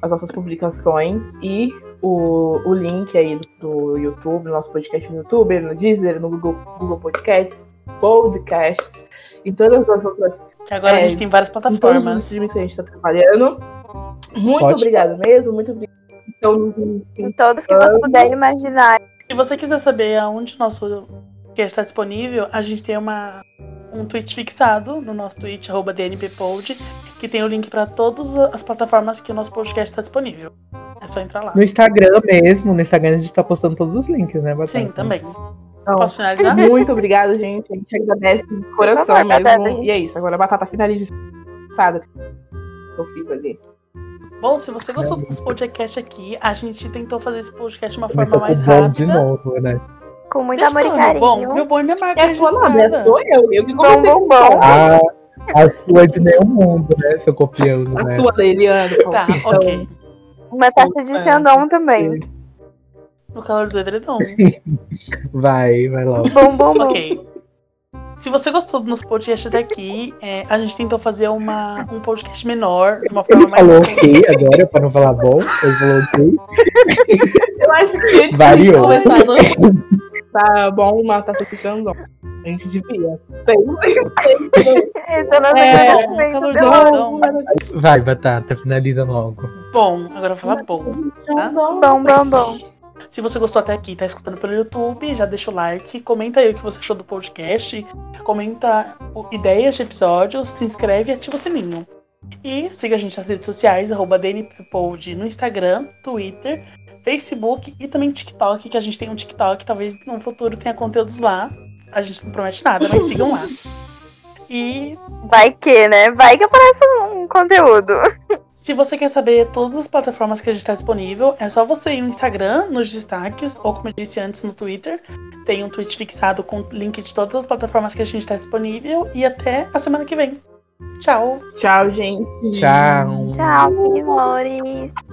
[SPEAKER 1] as nossas publicações e o, o link aí do, do YouTube, nosso podcast no YouTube, no Deezer, no Google, Google Podcasts, podcasts, em todas as outras
[SPEAKER 3] Que agora
[SPEAKER 1] É,
[SPEAKER 3] a gente tem várias
[SPEAKER 1] em todos os
[SPEAKER 3] plataformas.
[SPEAKER 1] streams que a gente está trabalhando. Muito
[SPEAKER 4] Ótimo.
[SPEAKER 1] obrigado mesmo, muito obrigado. Então, nos-
[SPEAKER 2] Em todos que você puder imaginar.
[SPEAKER 3] Se você quiser saber aonde nosso que está disponível, a gente tem uma, um tweet fixado no nosso tweet, arroba DNPPod, que tem o link para todas as plataformas que o nosso podcast está disponível. É só entrar lá.
[SPEAKER 4] No Instagram mesmo, no Instagram a gente tá postando todos os links, né, Batata?
[SPEAKER 3] Sim, também.
[SPEAKER 1] Não.
[SPEAKER 3] Posso finalizar?
[SPEAKER 1] Muito obrigada, gente. A gente agradece de coração
[SPEAKER 2] Não, batata,
[SPEAKER 1] mesmo.
[SPEAKER 2] né?
[SPEAKER 1] E é isso. Agora a batata finalizada que eu fiz ali.
[SPEAKER 3] Bom, se você gostou
[SPEAKER 4] É.
[SPEAKER 3] desse podcast aqui, a gente tentou fazer esse podcast de uma forma
[SPEAKER 4] Começou com
[SPEAKER 3] mais
[SPEAKER 4] o bom de
[SPEAKER 3] rápida.
[SPEAKER 4] novo, né?
[SPEAKER 2] Com muito
[SPEAKER 3] Deixa eu
[SPEAKER 2] é amor e
[SPEAKER 3] falar, meu Bom,
[SPEAKER 2] carinho. né?
[SPEAKER 3] meu bom é minha marca.
[SPEAKER 1] É sua nada,
[SPEAKER 3] registrada.
[SPEAKER 1] é sou eu. Eu que
[SPEAKER 2] Bom,
[SPEAKER 1] comecei
[SPEAKER 2] bom, bom.
[SPEAKER 4] A, Tá, a sua é de meio mundo, né? Seu copiando,
[SPEAKER 1] a
[SPEAKER 4] né?
[SPEAKER 1] sua dele, Ana. por
[SPEAKER 3] Tá,
[SPEAKER 2] Então.
[SPEAKER 1] favor.
[SPEAKER 3] ok.
[SPEAKER 2] Uma taxa de Xandão também.
[SPEAKER 3] No calor do edredom.
[SPEAKER 2] Então.
[SPEAKER 4] Vai, vai logo.
[SPEAKER 2] Bom, bom, bom.
[SPEAKER 3] Ok. Se você gostou do nosso podcast até aqui, é, a gente tentou fazer uma, um podcast menor, de uma
[SPEAKER 4] Ele
[SPEAKER 3] forma mais.
[SPEAKER 4] falou ok agora, pra não falar bom. Ele falou ok.
[SPEAKER 1] Eu acho que antes de
[SPEAKER 4] Variou.
[SPEAKER 1] começar, não tá bom matar tá fechando. A gente devia. Sei.
[SPEAKER 2] Então, nós
[SPEAKER 1] É,
[SPEAKER 2] agradecemos.
[SPEAKER 3] calor do
[SPEAKER 2] Deus.
[SPEAKER 3] edredom.
[SPEAKER 4] Vai, Batata, finaliza logo.
[SPEAKER 3] Bom, agora eu vou falar bom.
[SPEAKER 1] Tá
[SPEAKER 2] Bom, bom, bom.
[SPEAKER 3] Se você gostou até aqui, tá escutando pelo YouTube, já deixa o like, comenta aí o que você achou do podcast, comenta o- ideias de episódios, se inscreve e ativa o sininho. E siga a gente nas redes sociais, arroba DNPPod no Instagram, Twitter, Facebook e também TikTok, que a gente tem um TikTok, talvez no futuro tenha conteúdos lá. A gente não promete nada, mas sigam lá. E
[SPEAKER 2] Vai que, né? Vai que aparece um conteúdo.
[SPEAKER 3] Se você quer saber todas as plataformas que a gente está disponível, é só você ir no Instagram, nos destaques, ou como eu disse antes, no Twitter. Tem um tweet fixado com o link de todas as plataformas que a gente está disponível. E até a semana que vem. Tchau!
[SPEAKER 1] Tchau, gente.
[SPEAKER 4] Tchau.
[SPEAKER 2] Tchau, amores.